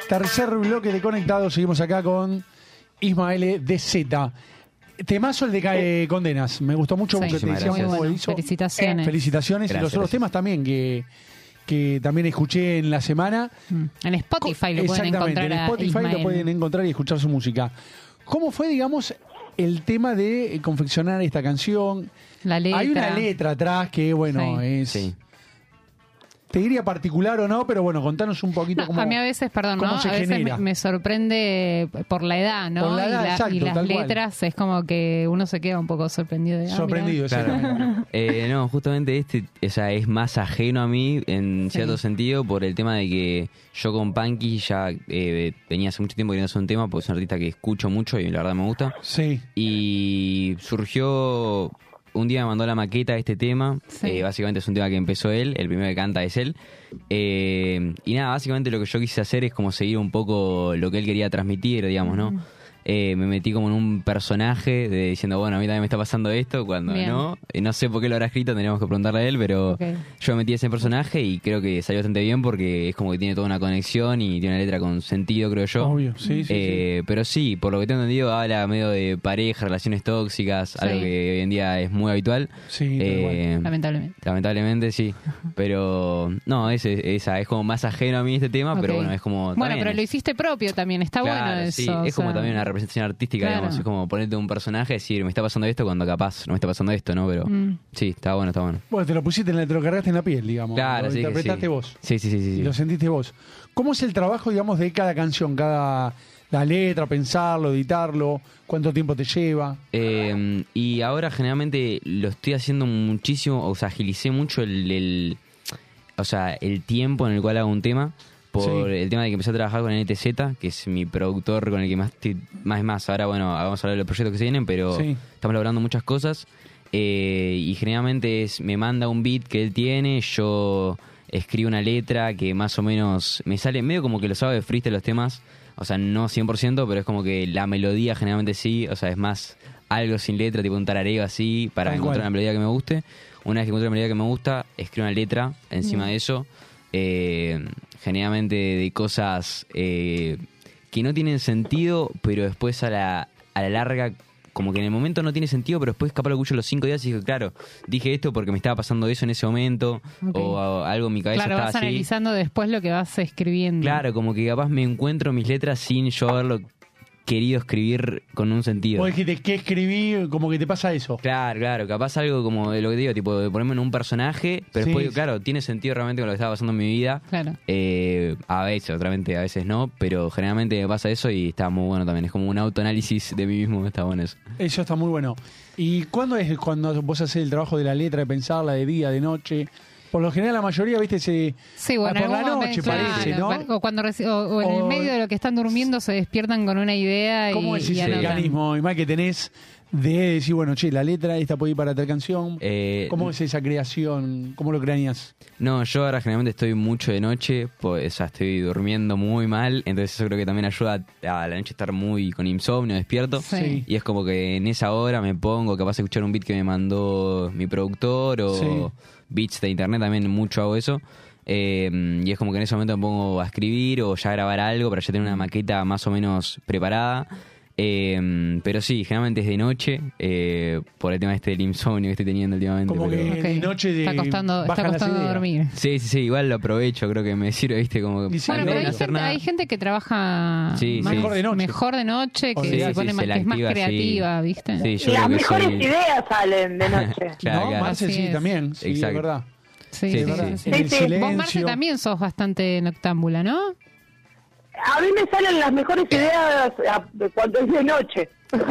[SPEAKER 3] Tercer bloque de Conectados, seguimos acá con Ismael DZ. Temazo el de Cae Condenas, me gustó mucho
[SPEAKER 4] Sí.
[SPEAKER 3] porque te
[SPEAKER 4] Muchísimas
[SPEAKER 3] decíamos
[SPEAKER 4] gracias.
[SPEAKER 3] como
[SPEAKER 4] Bueno,
[SPEAKER 3] hizo.
[SPEAKER 4] felicitaciones.
[SPEAKER 3] felicitaciones y los
[SPEAKER 4] Gracias,
[SPEAKER 3] otros temas también que, que también escuché en la semana.
[SPEAKER 4] En Spotify lo pueden
[SPEAKER 3] Exactamente,
[SPEAKER 4] encontrar.
[SPEAKER 3] en
[SPEAKER 4] a
[SPEAKER 3] Spotify lo
[SPEAKER 4] Ismael.
[SPEAKER 3] pueden encontrar y escuchar su música. ¿Cómo fue, digamos, el tema de eh, confeccionar esta canción?
[SPEAKER 4] La letra.
[SPEAKER 3] Hay una letra atrás que, bueno,
[SPEAKER 4] Sí.
[SPEAKER 3] es... Te diría particular o no, pero bueno, contanos un poquito cómo...
[SPEAKER 4] a mí a veces, perdón,
[SPEAKER 3] cómo
[SPEAKER 4] ¿no?
[SPEAKER 3] se
[SPEAKER 4] a veces me,
[SPEAKER 3] genera.
[SPEAKER 4] me sorprende por la edad, ¿no?
[SPEAKER 3] Por la edad,
[SPEAKER 4] y,
[SPEAKER 3] exacto,
[SPEAKER 4] y las
[SPEAKER 3] tal cual.
[SPEAKER 4] letras es como que uno se queda un poco sorprendido. De, ah, mirá.
[SPEAKER 3] Sorprendido,
[SPEAKER 12] Claro. Eh, no, justamente este o sea, es más ajeno a mí en cierto sentido por el tema de que yo con Punky ya eh, venía hace mucho tiempo queriendo hacer un tema porque es un artista que escucho mucho y la verdad me gusta.
[SPEAKER 3] Sí.
[SPEAKER 12] Y surgió, un día me mandó la maqueta de este tema, eh, básicamente es un tema que empezó él, el primero que canta es él. Eh, y nada, básicamente lo que yo quise hacer es como seguir un poco lo que él quería transmitir, digamos, ¿no? Eh, me metí como en un personaje de diciendo, bueno, a mí también me está pasando esto, cuando
[SPEAKER 13] Bien.
[SPEAKER 12] no. Eh, No sé por qué lo habrá escrito, tendríamos que preguntarle a él, pero
[SPEAKER 13] Ok.
[SPEAKER 12] yo me metí en ese personaje y creo que salió bastante bien porque es como que tiene toda una conexión y tiene una letra con sentido, creo yo.
[SPEAKER 3] Obvio, sí, sí,
[SPEAKER 12] Eh, Pero sí, por lo que tengo entendido, habla medio de pareja, relaciones tóxicas, algo
[SPEAKER 4] Sí.
[SPEAKER 12] que hoy en día es muy habitual.
[SPEAKER 3] Sí,
[SPEAKER 12] Eh,
[SPEAKER 4] Lamentablemente.
[SPEAKER 12] Lamentablemente sí, pero no, es, esa es como más ajeno a mí este tema, pero
[SPEAKER 4] Ok.
[SPEAKER 12] bueno, es como...
[SPEAKER 4] Bueno,
[SPEAKER 12] también
[SPEAKER 4] pero
[SPEAKER 12] es-
[SPEAKER 4] lo hiciste propio también, está
[SPEAKER 12] Claro,
[SPEAKER 4] bueno eso.
[SPEAKER 12] sí,
[SPEAKER 4] o
[SPEAKER 12] es como
[SPEAKER 4] sea.
[SPEAKER 12] también una representación artística,
[SPEAKER 4] Claro.
[SPEAKER 12] digamos, es como ponerte un personaje y decir, me está pasando esto cuando capaz no me está pasando esto, ¿no? Pero
[SPEAKER 4] Mm.
[SPEAKER 12] sí, está bueno, está bueno.
[SPEAKER 3] Bueno, te lo pusiste, en la, te lo cargaste en la piel, digamos.
[SPEAKER 12] Claro,
[SPEAKER 3] lo
[SPEAKER 12] sí que
[SPEAKER 3] interpretaste
[SPEAKER 12] sí.
[SPEAKER 3] vos.
[SPEAKER 12] Sí, sí, sí, sí. sí.
[SPEAKER 3] Y lo sentiste vos. ¿Cómo es el trabajo, digamos, de cada canción? Cada la letra, pensarlo, editarlo, cuánto tiempo te lleva.
[SPEAKER 12] Eh, y ahora generalmente lo estoy haciendo muchísimo, o sea, agilicé mucho el, el- o sea, el tiempo en el cual hago un tema por
[SPEAKER 13] Sí.
[SPEAKER 12] el tema de que empecé a trabajar con NTZ, que es mi productor con el que más estoy- más es más. Ahora, bueno, vamos a hablar de los proyectos que se vienen, pero
[SPEAKER 13] Sí.
[SPEAKER 12] estamos laburando muchas cosas. eh, y generalmente es, me manda un beat que él tiene, yo escribo una letra que más o menos me sale medio como que lo sabe de freestyle los temas. O sea, no 100%, pero es como que la melodía generalmente sí. O sea, es más algo sin letra, tipo un tarareo así, para
[SPEAKER 13] Tal
[SPEAKER 12] encontrar
[SPEAKER 13] cual.
[SPEAKER 12] una melodía que me guste. Una vez que encuentro la melodía que me gusta, escribo una letra
[SPEAKER 4] Mm.
[SPEAKER 12] encima
[SPEAKER 13] Bien.
[SPEAKER 12] de eso. eh, generalmente de cosas eh, que no tienen sentido, pero después a la, a la larga, como que en el momento no tiene sentido, pero después capaz lo escucho los cinco días y digo, claro, dije esto porque me estaba pasando eso en ese momento,
[SPEAKER 4] Ok.
[SPEAKER 12] o, a- algo en mi cabeza
[SPEAKER 4] Claro,
[SPEAKER 12] estaba
[SPEAKER 4] vas
[SPEAKER 12] así.
[SPEAKER 4] analizando después lo que vas escribiendo.
[SPEAKER 12] Claro, como que capaz me encuentro mis letras sin yo haberlo querido escribir con un sentido.
[SPEAKER 3] Vos dijiste, ¿qué escribí? Como que te pasa eso.
[SPEAKER 12] Claro, claro, capaz algo como de lo que te digo, tipo de ponerme en un personaje, pero
[SPEAKER 3] Sí,
[SPEAKER 12] después,
[SPEAKER 3] sí.
[SPEAKER 12] claro, tiene sentido realmente con lo que estaba pasando en mi vida.
[SPEAKER 4] Claro.
[SPEAKER 12] Eh, a veces, obviamente, a veces no, pero generalmente me pasa eso y está muy bueno también. Es como un autoanálisis de mí mismo, está bueno eso.
[SPEAKER 3] Eso está muy bueno. ¿Y cuándo es cuando vos haces el trabajo de la letra, de pensarla de día, de noche? Por lo general la mayoría, viste, se...
[SPEAKER 4] Sí, bueno,
[SPEAKER 3] por la
[SPEAKER 4] algún momento,
[SPEAKER 3] noche
[SPEAKER 4] claro,
[SPEAKER 3] parece, ¿no?
[SPEAKER 4] par- O, cuando reci- o, o en el
[SPEAKER 3] O-
[SPEAKER 4] medio de lo que están durmiendo se despiertan con una idea
[SPEAKER 3] ¿Cómo
[SPEAKER 4] y,
[SPEAKER 3] es
[SPEAKER 4] y
[SPEAKER 3] ese
[SPEAKER 4] anotan.
[SPEAKER 3] mecanismo, y más que tenés, de decir, bueno, che, la letra, esta puede ir para tal canción?
[SPEAKER 12] Eh,
[SPEAKER 3] ¿Cómo es esa creación? ¿Cómo lo craneas?
[SPEAKER 12] No, yo ahora generalmente estoy mucho de noche, pues, o sea, estoy durmiendo muy mal, entonces eso creo que también ayuda a, a la noche estar muy con insomnio, despierto.
[SPEAKER 13] Sí.
[SPEAKER 12] Y es como que en esa hora me pongo, capaz de escuchar un beat que me mandó mi productor o
[SPEAKER 13] Sí.
[SPEAKER 12] beats de internet, también mucho hago eso. Eh, y es como que en ese momento me pongo a escribir o ya a grabar algo para ya tener una maqueta más o menos preparada. Eh, pero sí, generalmente es de noche, eh, por el tema este del insomnio que estoy teniendo últimamente.
[SPEAKER 3] Como
[SPEAKER 12] pero-
[SPEAKER 3] que de noche de...
[SPEAKER 4] Está costando, está
[SPEAKER 3] bajan Eh, las
[SPEAKER 4] costando
[SPEAKER 3] ideas.
[SPEAKER 4] dormir.
[SPEAKER 12] Sí, sí, sí, igual lo aprovecho, creo que me sirve, viste, como que...
[SPEAKER 4] Bueno, pero hay gente, hay gente que trabaja
[SPEAKER 12] Sí,
[SPEAKER 4] más-
[SPEAKER 12] sí. Mejor de noche.
[SPEAKER 4] mejor de noche, que
[SPEAKER 12] Sí,
[SPEAKER 4] se
[SPEAKER 12] sí,
[SPEAKER 4] pone
[SPEAKER 12] se
[SPEAKER 4] más,
[SPEAKER 12] la
[SPEAKER 4] que es más
[SPEAKER 12] activa, sí.
[SPEAKER 4] creativa, ¿viste?
[SPEAKER 12] Sí, yo creo que soy-
[SPEAKER 5] ideas salen de noche.
[SPEAKER 12] Claro,
[SPEAKER 3] no,
[SPEAKER 12] claro.
[SPEAKER 3] Marce,
[SPEAKER 12] Así
[SPEAKER 3] sí,
[SPEAKER 12] es.
[SPEAKER 3] también. Sí,
[SPEAKER 12] Exacto.
[SPEAKER 3] es verdad.
[SPEAKER 4] Sí,
[SPEAKER 12] Sí,
[SPEAKER 4] sí,
[SPEAKER 12] sí,
[SPEAKER 4] sí,
[SPEAKER 12] sí.
[SPEAKER 4] sí.
[SPEAKER 3] El
[SPEAKER 4] Vos, Marce,
[SPEAKER 3] silencio.
[SPEAKER 4] también sos bastante noctámbula, ¿no?
[SPEAKER 5] A mí me salen las mejores ideas a- cuando es de noche.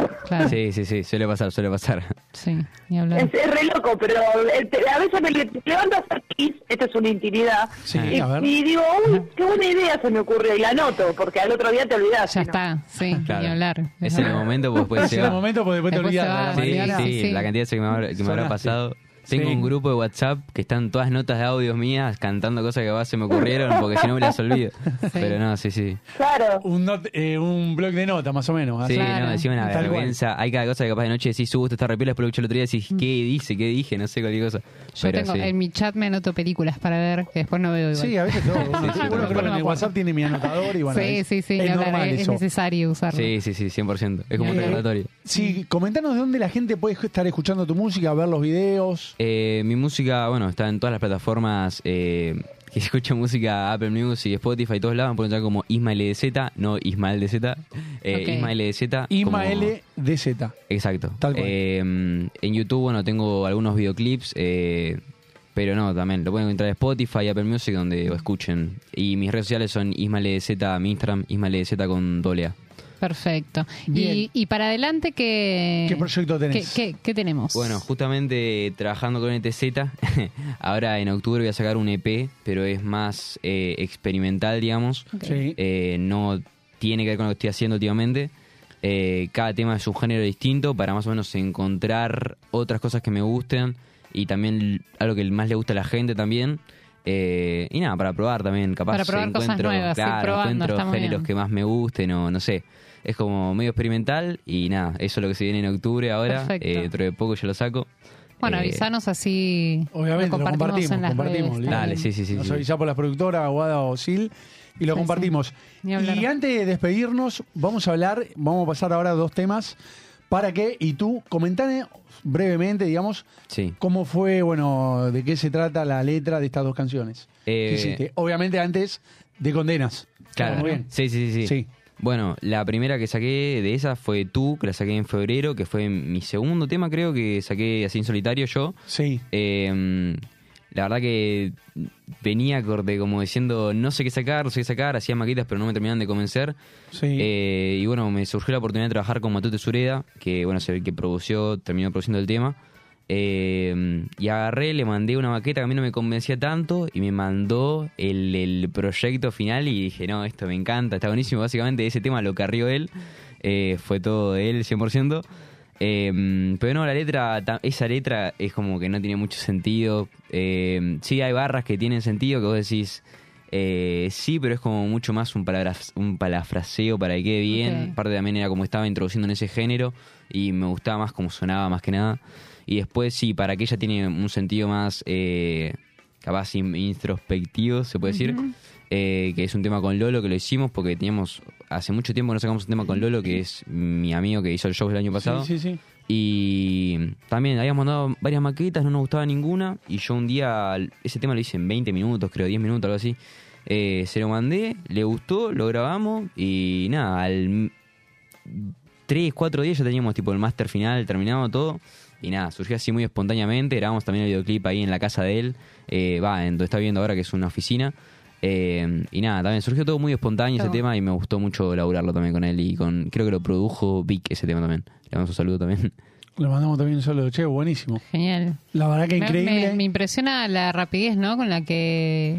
[SPEAKER 12] Sí, sí, sí, suele pasar, suele pasar.
[SPEAKER 4] Sí, ni hablar.
[SPEAKER 5] Es, es re loco, pero eh, te- a veces me le- te levanto a hacer pis, esta es una intimidad,
[SPEAKER 12] Sí,
[SPEAKER 5] y,
[SPEAKER 12] a ver.
[SPEAKER 5] y digo, uy, qué buena idea se me ocurrió, y la anoto, porque al otro día te olvidás. Ya
[SPEAKER 4] está, sí,
[SPEAKER 12] Claro.
[SPEAKER 4] hablar.
[SPEAKER 12] Es en el momento, pues después
[SPEAKER 3] Es
[SPEAKER 12] se
[SPEAKER 3] en el
[SPEAKER 12] va.
[SPEAKER 3] momento, pues después te
[SPEAKER 4] Después se
[SPEAKER 3] olvidas.
[SPEAKER 4] va,
[SPEAKER 3] a la
[SPEAKER 12] Sí,
[SPEAKER 3] mañana.
[SPEAKER 12] sí, la cantidad de veces que me habrá, que me habrá
[SPEAKER 3] Sonaste.
[SPEAKER 12] pasado. Tengo
[SPEAKER 3] Sí.
[SPEAKER 12] un grupo de WhatsApp que están todas notas de audios mías cantando cosas que capaz se me ocurrieron porque si no me las olvido. Pero no, sí, sí.
[SPEAKER 5] Claro.
[SPEAKER 3] Un, not- eh, un blog de notas, más o menos.
[SPEAKER 12] Sí,
[SPEAKER 3] así.
[SPEAKER 12] no, decime una
[SPEAKER 3] Tal cual.
[SPEAKER 12] vergüenza. Hay cada cosa que capaz de noche decís, subo, esto está repiola, después lo escuché el otro día y decís, ¿qué dice? ¿Qué dije? No sé cualquier cosa.
[SPEAKER 4] Mm. Yo
[SPEAKER 12] Pero
[SPEAKER 4] tengo,
[SPEAKER 12] sí.
[SPEAKER 4] en mi chat me anoto películas para ver, que después no veo igual.
[SPEAKER 3] Sí, a veces todo. Bueno,
[SPEAKER 12] sí,
[SPEAKER 3] bueno,
[SPEAKER 12] tal
[SPEAKER 3] creo
[SPEAKER 12] cual.
[SPEAKER 3] que en el WhatsApp tiene mi anotador y bueno.
[SPEAKER 4] sí,
[SPEAKER 3] es-
[SPEAKER 4] sí, sí, ni
[SPEAKER 3] es
[SPEAKER 4] hablar,
[SPEAKER 3] normal
[SPEAKER 4] es, es
[SPEAKER 3] eso.
[SPEAKER 4] necesario usarlo.
[SPEAKER 12] Sí, sí, sí, 100%. eh, Es como un
[SPEAKER 3] Bien.
[SPEAKER 12] recordatorio.
[SPEAKER 3] Sí, comentanos de dónde la gente puede estar escuchando tu música, ver los videos.
[SPEAKER 12] Eh, mi música, bueno, está en todas las plataformas eh, que escuchan música, Apple Music, Spotify, todos lados. Me pueden llamar como Ismael DZ, no Ismael DZ. Eh,
[SPEAKER 3] Ok.
[SPEAKER 12] Ismael DZ.
[SPEAKER 3] Isma
[SPEAKER 12] como-
[SPEAKER 3] L DZ.
[SPEAKER 12] Exacto.
[SPEAKER 3] Tal cual.
[SPEAKER 12] Eh, en YouTube, bueno, tengo algunos videoclips, eh, pero no, también lo pueden encontrar en Spotify, Apple Music, donde lo escuchen. Y mis redes sociales son Z, mi Instagram, IsmaelDZ con doble A.
[SPEAKER 4] Perfecto.
[SPEAKER 12] Bien.
[SPEAKER 4] Y, y para adelante, ¿qué,
[SPEAKER 12] ¿Qué proyecto tenés?
[SPEAKER 4] Eh, ¿Qué, qué- qué tenemos?
[SPEAKER 12] Bueno, justamente trabajando con ETZ, ahora en octubre voy a sacar un EP, pero es más eh, experimental, digamos.
[SPEAKER 4] Ok. Sí.
[SPEAKER 12] Eh, no tiene que ver con lo que estoy haciendo últimamente. Eh, cada tema es un género distinto para más o menos encontrar otras cosas que me gusten y también l- algo que más le gusta a la gente también. Eh, y nada, para probar también, capaz
[SPEAKER 4] Para probar cosas
[SPEAKER 12] encuentro,
[SPEAKER 4] nuevas, ir
[SPEAKER 12] claro,
[SPEAKER 4] probando,
[SPEAKER 12] encuentro
[SPEAKER 4] está muy
[SPEAKER 12] géneros
[SPEAKER 4] bien.
[SPEAKER 12] que más me gusten o no sé. Es como medio experimental y nada, eso es lo que se viene en octubre ahora.
[SPEAKER 4] Perfecto.
[SPEAKER 12] Eh, dentro de poco yo lo saco.
[SPEAKER 4] Bueno,
[SPEAKER 12] eh,
[SPEAKER 4] avisanos así.
[SPEAKER 3] Obviamente, lo compartimos,
[SPEAKER 4] en las
[SPEAKER 3] compartimos.
[SPEAKER 4] redes
[SPEAKER 3] listo.
[SPEAKER 12] Dale, sí, sí, sí,
[SPEAKER 3] Nos
[SPEAKER 12] sí.
[SPEAKER 3] avisá por las productoras, Aguada o Sil, y lo compartimos.
[SPEAKER 4] Ni hablar.
[SPEAKER 3] Y antes de despedirnos, vamos a hablar, vamos a pasar ahora a dos temas para que, y tú, comentame brevemente, digamos,
[SPEAKER 12] Sí.
[SPEAKER 3] cómo fue, bueno, de qué se trata la letra de estas dos canciones
[SPEAKER 12] Eh,
[SPEAKER 3] que hiciste. Obviamente antes de Condenas.
[SPEAKER 12] Claro.
[SPEAKER 3] Muy bien.
[SPEAKER 12] Sí, sí, sí, sí. Bueno, la primera que saqué de esa fue Tú, que la saqué en febrero, que fue mi segundo tema, creo, que saqué así en solitario yo. Eh,
[SPEAKER 3] Sí.
[SPEAKER 12] la verdad que venía corte como diciendo, no sé qué sacar, no sé qué sacar, hacía maquetas, pero no me terminaban de convencer. Eh, y bueno, me surgió la oportunidad de trabajar con Matute Sureda, que bueno, es el que produció, terminó produciendo el tema. Eh, y agarré, le mandé una maqueta que a mí no me convencía tanto y me mandó el, el proyecto final y dije, no, esto me encanta, está buenísimo. Básicamente ese tema lo carrió él, eh, fue todo de él 100%. Eh, pero no, la letra, ta- esa letra es como que no tiene mucho sentido. Eh, sí hay barras que tienen sentido, que vos decís, eh, sí, pero es como mucho más un, palabras- un palafraseo para que quede bien.
[SPEAKER 13] Ok.
[SPEAKER 12] Aparte también era como estaba introduciendo en ese género y me gustaba más como sonaba más que nada. Y después sí, para que ella tiene un sentido más eh, capaz in- introspectivo, se puede decir.
[SPEAKER 13] Ujú.
[SPEAKER 12] Eh, que es un tema con Lolo que lo hicimos porque teníamos hace mucho tiempo que no sacamos un tema con Lolo que es mi amigo que hizo el show el año pasado
[SPEAKER 3] Sí, sí, sí.
[SPEAKER 12] y también habíamos mandado varias maquetas, no nos gustaba ninguna. Y yo un día, ese tema lo hice en 20 minutos, creo, 10 minutos, algo así. Eh, se lo mandé, le gustó, lo grabamos. Y nada, al 3, 4 días ya teníamos tipo el máster final terminado todo. Y nada, surgió así muy espontáneamente. Grabamos también el videoclip ahí en la casa de él. eh, Va, en donde está viviendo ahora, que es una oficina. Eh, y nada, también surgió todo muy espontáneo ese
[SPEAKER 4] Todo.
[SPEAKER 12] tema y me gustó mucho laburarlo también con él. Y con creo que lo produjo Vic ese tema también. Le damos un saludo también.
[SPEAKER 3] Lo mandamos también un solo, che, buenísimo.
[SPEAKER 4] Genial.
[SPEAKER 3] La verdad que
[SPEAKER 4] Me-
[SPEAKER 3] increíble.
[SPEAKER 4] Me, me impresiona la rapidez, ¿no? Con la que.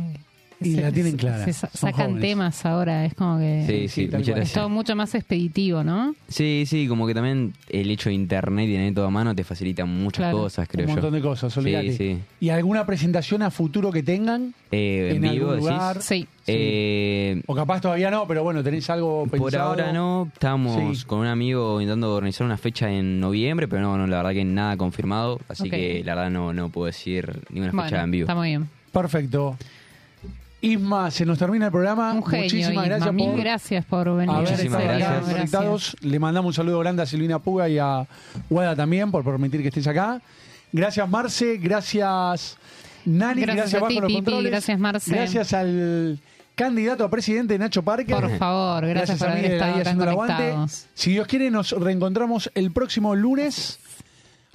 [SPEAKER 3] Y la tienen clara,
[SPEAKER 4] se sa-
[SPEAKER 3] son
[SPEAKER 4] sacan
[SPEAKER 3] jóvenes.
[SPEAKER 4] temas ahora, es como que.
[SPEAKER 12] Sí, sí, muchas
[SPEAKER 4] Es
[SPEAKER 12] gracias.
[SPEAKER 4] todo mucho más expeditivo, ¿no?
[SPEAKER 12] Sí, sí, como que también el hecho de internet y tener todo a mano te facilita muchas
[SPEAKER 4] Claro.
[SPEAKER 12] cosas, creo
[SPEAKER 3] un
[SPEAKER 12] yo.
[SPEAKER 3] montón de cosas, olvídate.
[SPEAKER 12] Sí, sí.
[SPEAKER 3] ¿Y alguna presentación a futuro que tengan?
[SPEAKER 12] Eh,
[SPEAKER 3] ¿En
[SPEAKER 12] en vivo,
[SPEAKER 3] algún
[SPEAKER 12] decís?
[SPEAKER 3] lugar? Sí.
[SPEAKER 12] Eh,
[SPEAKER 3] O capaz todavía no, pero bueno, ¿tenés algo pensado?
[SPEAKER 12] por ahora no, estamos
[SPEAKER 3] Sí.
[SPEAKER 12] con un amigo intentando organizar una fecha en noviembre, pero no, no la verdad que nada confirmado, así
[SPEAKER 4] Ok.
[SPEAKER 12] que la verdad no, no puedo decir ninguna
[SPEAKER 4] Bueno,
[SPEAKER 12] fecha en vivo.
[SPEAKER 4] está muy bien.
[SPEAKER 3] Perfecto. Isma, se nos termina el programa.
[SPEAKER 4] Un genio,
[SPEAKER 3] Muchísimas
[SPEAKER 4] Isma.
[SPEAKER 3] gracias
[SPEAKER 4] Mil
[SPEAKER 3] por
[SPEAKER 4] gracias por venir.
[SPEAKER 3] haber
[SPEAKER 12] Muchísimas
[SPEAKER 3] estado acá
[SPEAKER 12] gracias.
[SPEAKER 3] en conectados. Le mandamos un saludo grande a Silvina Puga y a Guada también por permitir que estés acá. Gracias, Marce. Gracias, Nani.
[SPEAKER 4] Gracias
[SPEAKER 3] Gracias,
[SPEAKER 4] a
[SPEAKER 3] Bajo
[SPEAKER 4] ti,
[SPEAKER 3] los
[SPEAKER 4] Pipi,
[SPEAKER 3] Controles.
[SPEAKER 4] gracias, Marce.
[SPEAKER 3] Gracias al candidato a presidente Nacho Parker.
[SPEAKER 4] Por favor, gracias por
[SPEAKER 3] a
[SPEAKER 4] haber
[SPEAKER 3] Miguel
[SPEAKER 4] estado
[SPEAKER 3] ahí
[SPEAKER 4] acá
[SPEAKER 3] haciendo el
[SPEAKER 4] conectados.
[SPEAKER 3] aguante. Si Dios quiere, nos reencontramos el próximo lunes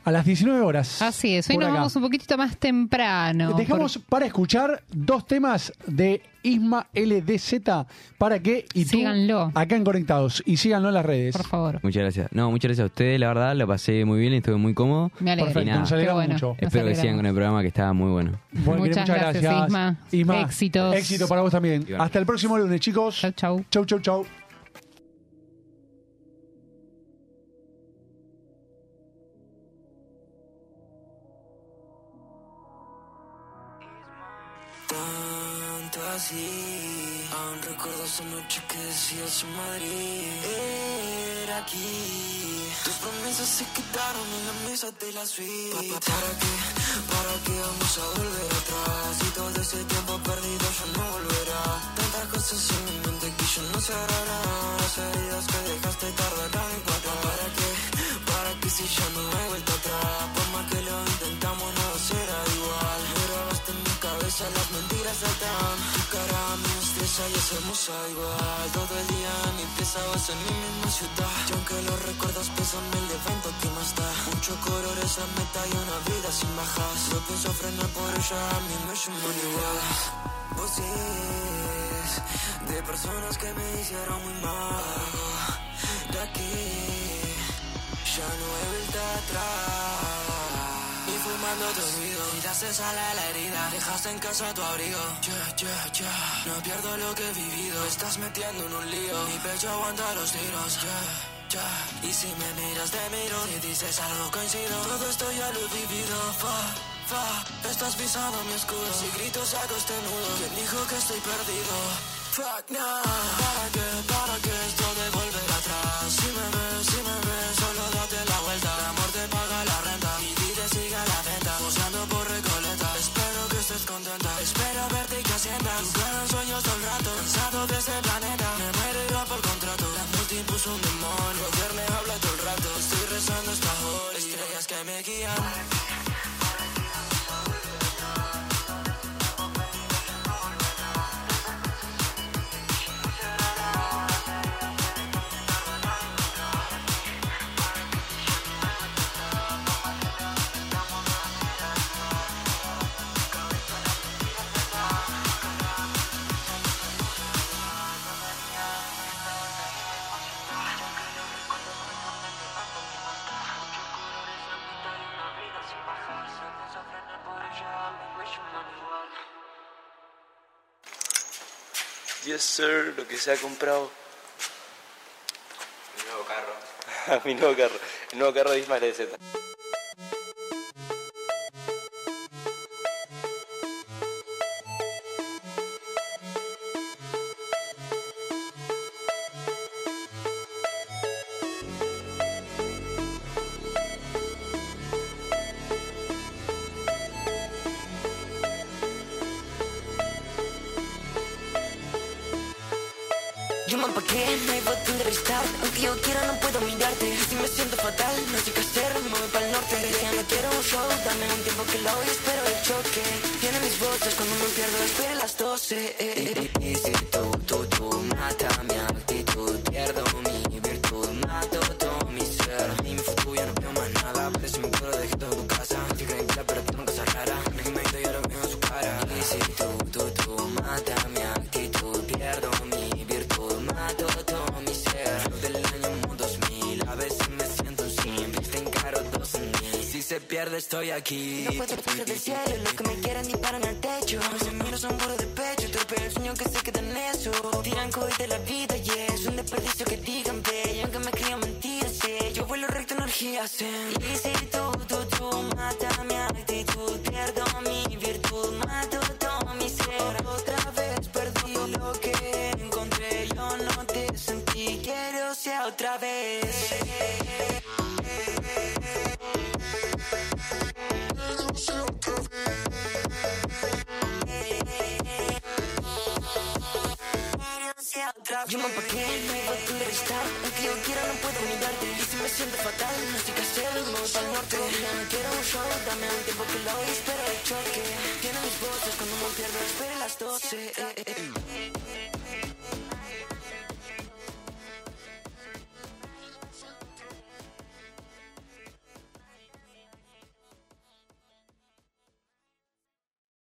[SPEAKER 3] a las 19 horas.
[SPEAKER 4] Así es, hoy
[SPEAKER 3] Por
[SPEAKER 4] nos
[SPEAKER 3] acá.
[SPEAKER 4] vamos un poquitito más temprano.
[SPEAKER 3] Dejamos para escuchar dos temas de Isma LDZ para que y tú acá en Conectados y síganlo en las redes. Por
[SPEAKER 4] favor.
[SPEAKER 12] Muchas gracias. No, muchas gracias a ustedes, la verdad, la pasé muy bien, estuve muy cómodo.
[SPEAKER 4] Me alegra.
[SPEAKER 12] Y
[SPEAKER 4] Perfecto,
[SPEAKER 12] nada,
[SPEAKER 4] nos alegra Qué bueno, mucho. nos
[SPEAKER 12] Espero que
[SPEAKER 4] alegramos.
[SPEAKER 12] sigan con el programa que estaba muy bueno.
[SPEAKER 3] Bueno,
[SPEAKER 4] Muchas
[SPEAKER 3] querido,
[SPEAKER 4] gracias, Isma. Éxitos.
[SPEAKER 3] Éxito para vos también. Hasta el próximo lunes, chicos. Chau,
[SPEAKER 4] chau.
[SPEAKER 3] Chau, chau, chau.
[SPEAKER 14] tanto así. Aún recuerdo esa noche que decías en Madrid. Era aquí. Tus promesas se quedaron en la mesa de la suite. Pa- pa- ¿Para qué? ¿Para qué vamos a volver atrás? Y todo ese tiempo perdido ya no volverá. Tantas cosas en mi mente que yo no cerrará. Las heridas que dejaste tardarán en cuadrar. ¿Para qué? ¿Para qué si ya no hay vuelta atrás? Por más que lo intentamos no será igual. Grabaste en mi cabeza las mentiras de tan Tu cara me estresa y hacemos igual Todo el día ni pensabas en mi misma ciudad Y aunque los recuerdos pesan me levanto aquí más da Mucho color esa meta y una vida sin bajas No pienso frenar por ella, a mí me llaman igual Vos es de personas que me hicieron muy mal De aquí ya no hay vuelta atrás y fumando tu olvido Tiraste sal a la herida Dejaste en casa tu abrigo Ya, ya, ya No pierdo lo que he vivido Me estás metiendo en un lío Mi pecho aguanta los tiros Ya, ya Y si me miras te miro Si dices algo coincido Todo esto ya lo he vivido Fa, fa Estás pisando mi escudo Si grito saco este nudo ¿Quién dijo que estoy perdido? Fuck no ¿Para qué? ¿Para qué esto de volver atrás? Si me ves, si me ves Solo date la vuelta El amor te paga la renta Mi vida sigue a la venta Buceando por Recoleta Espero que estés contenta Espero verte y que asciendas Tus grandes sueños todo el rato Cansado de este planeta Me muero y va por contrato La multi puso un demonio Ayer me habla todo el rato Estoy rezando esta hora Estrellas que me guían
[SPEAKER 13] Yes, sir, lo que se ha comprado. Mi nuevo carro. Mi nuevo carro. El nuevo carro de Ismael este. de Z.
[SPEAKER 14] Yo me empaqué, no hay botón de restart Aunque yo quiera no puedo mirarte Si me siento fatal, no sé qué hacer Me voy pa'l norte, decía no quiero un show Dame un tiempo que lo y espero el choque Tiene mis botas, cuando me pierdo espera las 12 eh, eh, eh. Y si tú, tú, tú mata mi actitud Pierdo mi virtud, mato todo mi ser Me influyo, no veo más nada Por eso me quiero dejar todo tu casa Si creen que la perdí, tengo cosa rara Me invento, yo lo veo en su cara Y si tú, tú, tú mata mi actitud Pierdo mi virtud, mato todo mi ser Yo Del año 2000, a veces me siento un simple Te encaro dos en mí Si se pierde estoy aquí
[SPEAKER 11] No puedo bajar del cielo, los que me quieren disparan al techo.
[SPEAKER 14] Mis amigos son burros de pecho, torpe el sueño que se queda en eso. Tiran cohetes de la vida y es un desperdicio que digan bello. Aunque me crían mentiras, eh, yo vuelo recto energías. eh. Y si tú, tú, tú mata mi actitud, pierdo mi virtud, mato todo mi ser. Otra vez perdí lo que encontré, yo no te sentí, quiero sea otra vez. Yo me empaqué, no hay botón de restart Aunque yo quiera no puedo mirarte Y si me siento fatal, no sé qué hacer Me voy pa'l norte, ya no quiero un show Dame un tiempo que lo espero el choque Tiene mis voces, cuando me pierdo espero las 12 eh, eh, eh.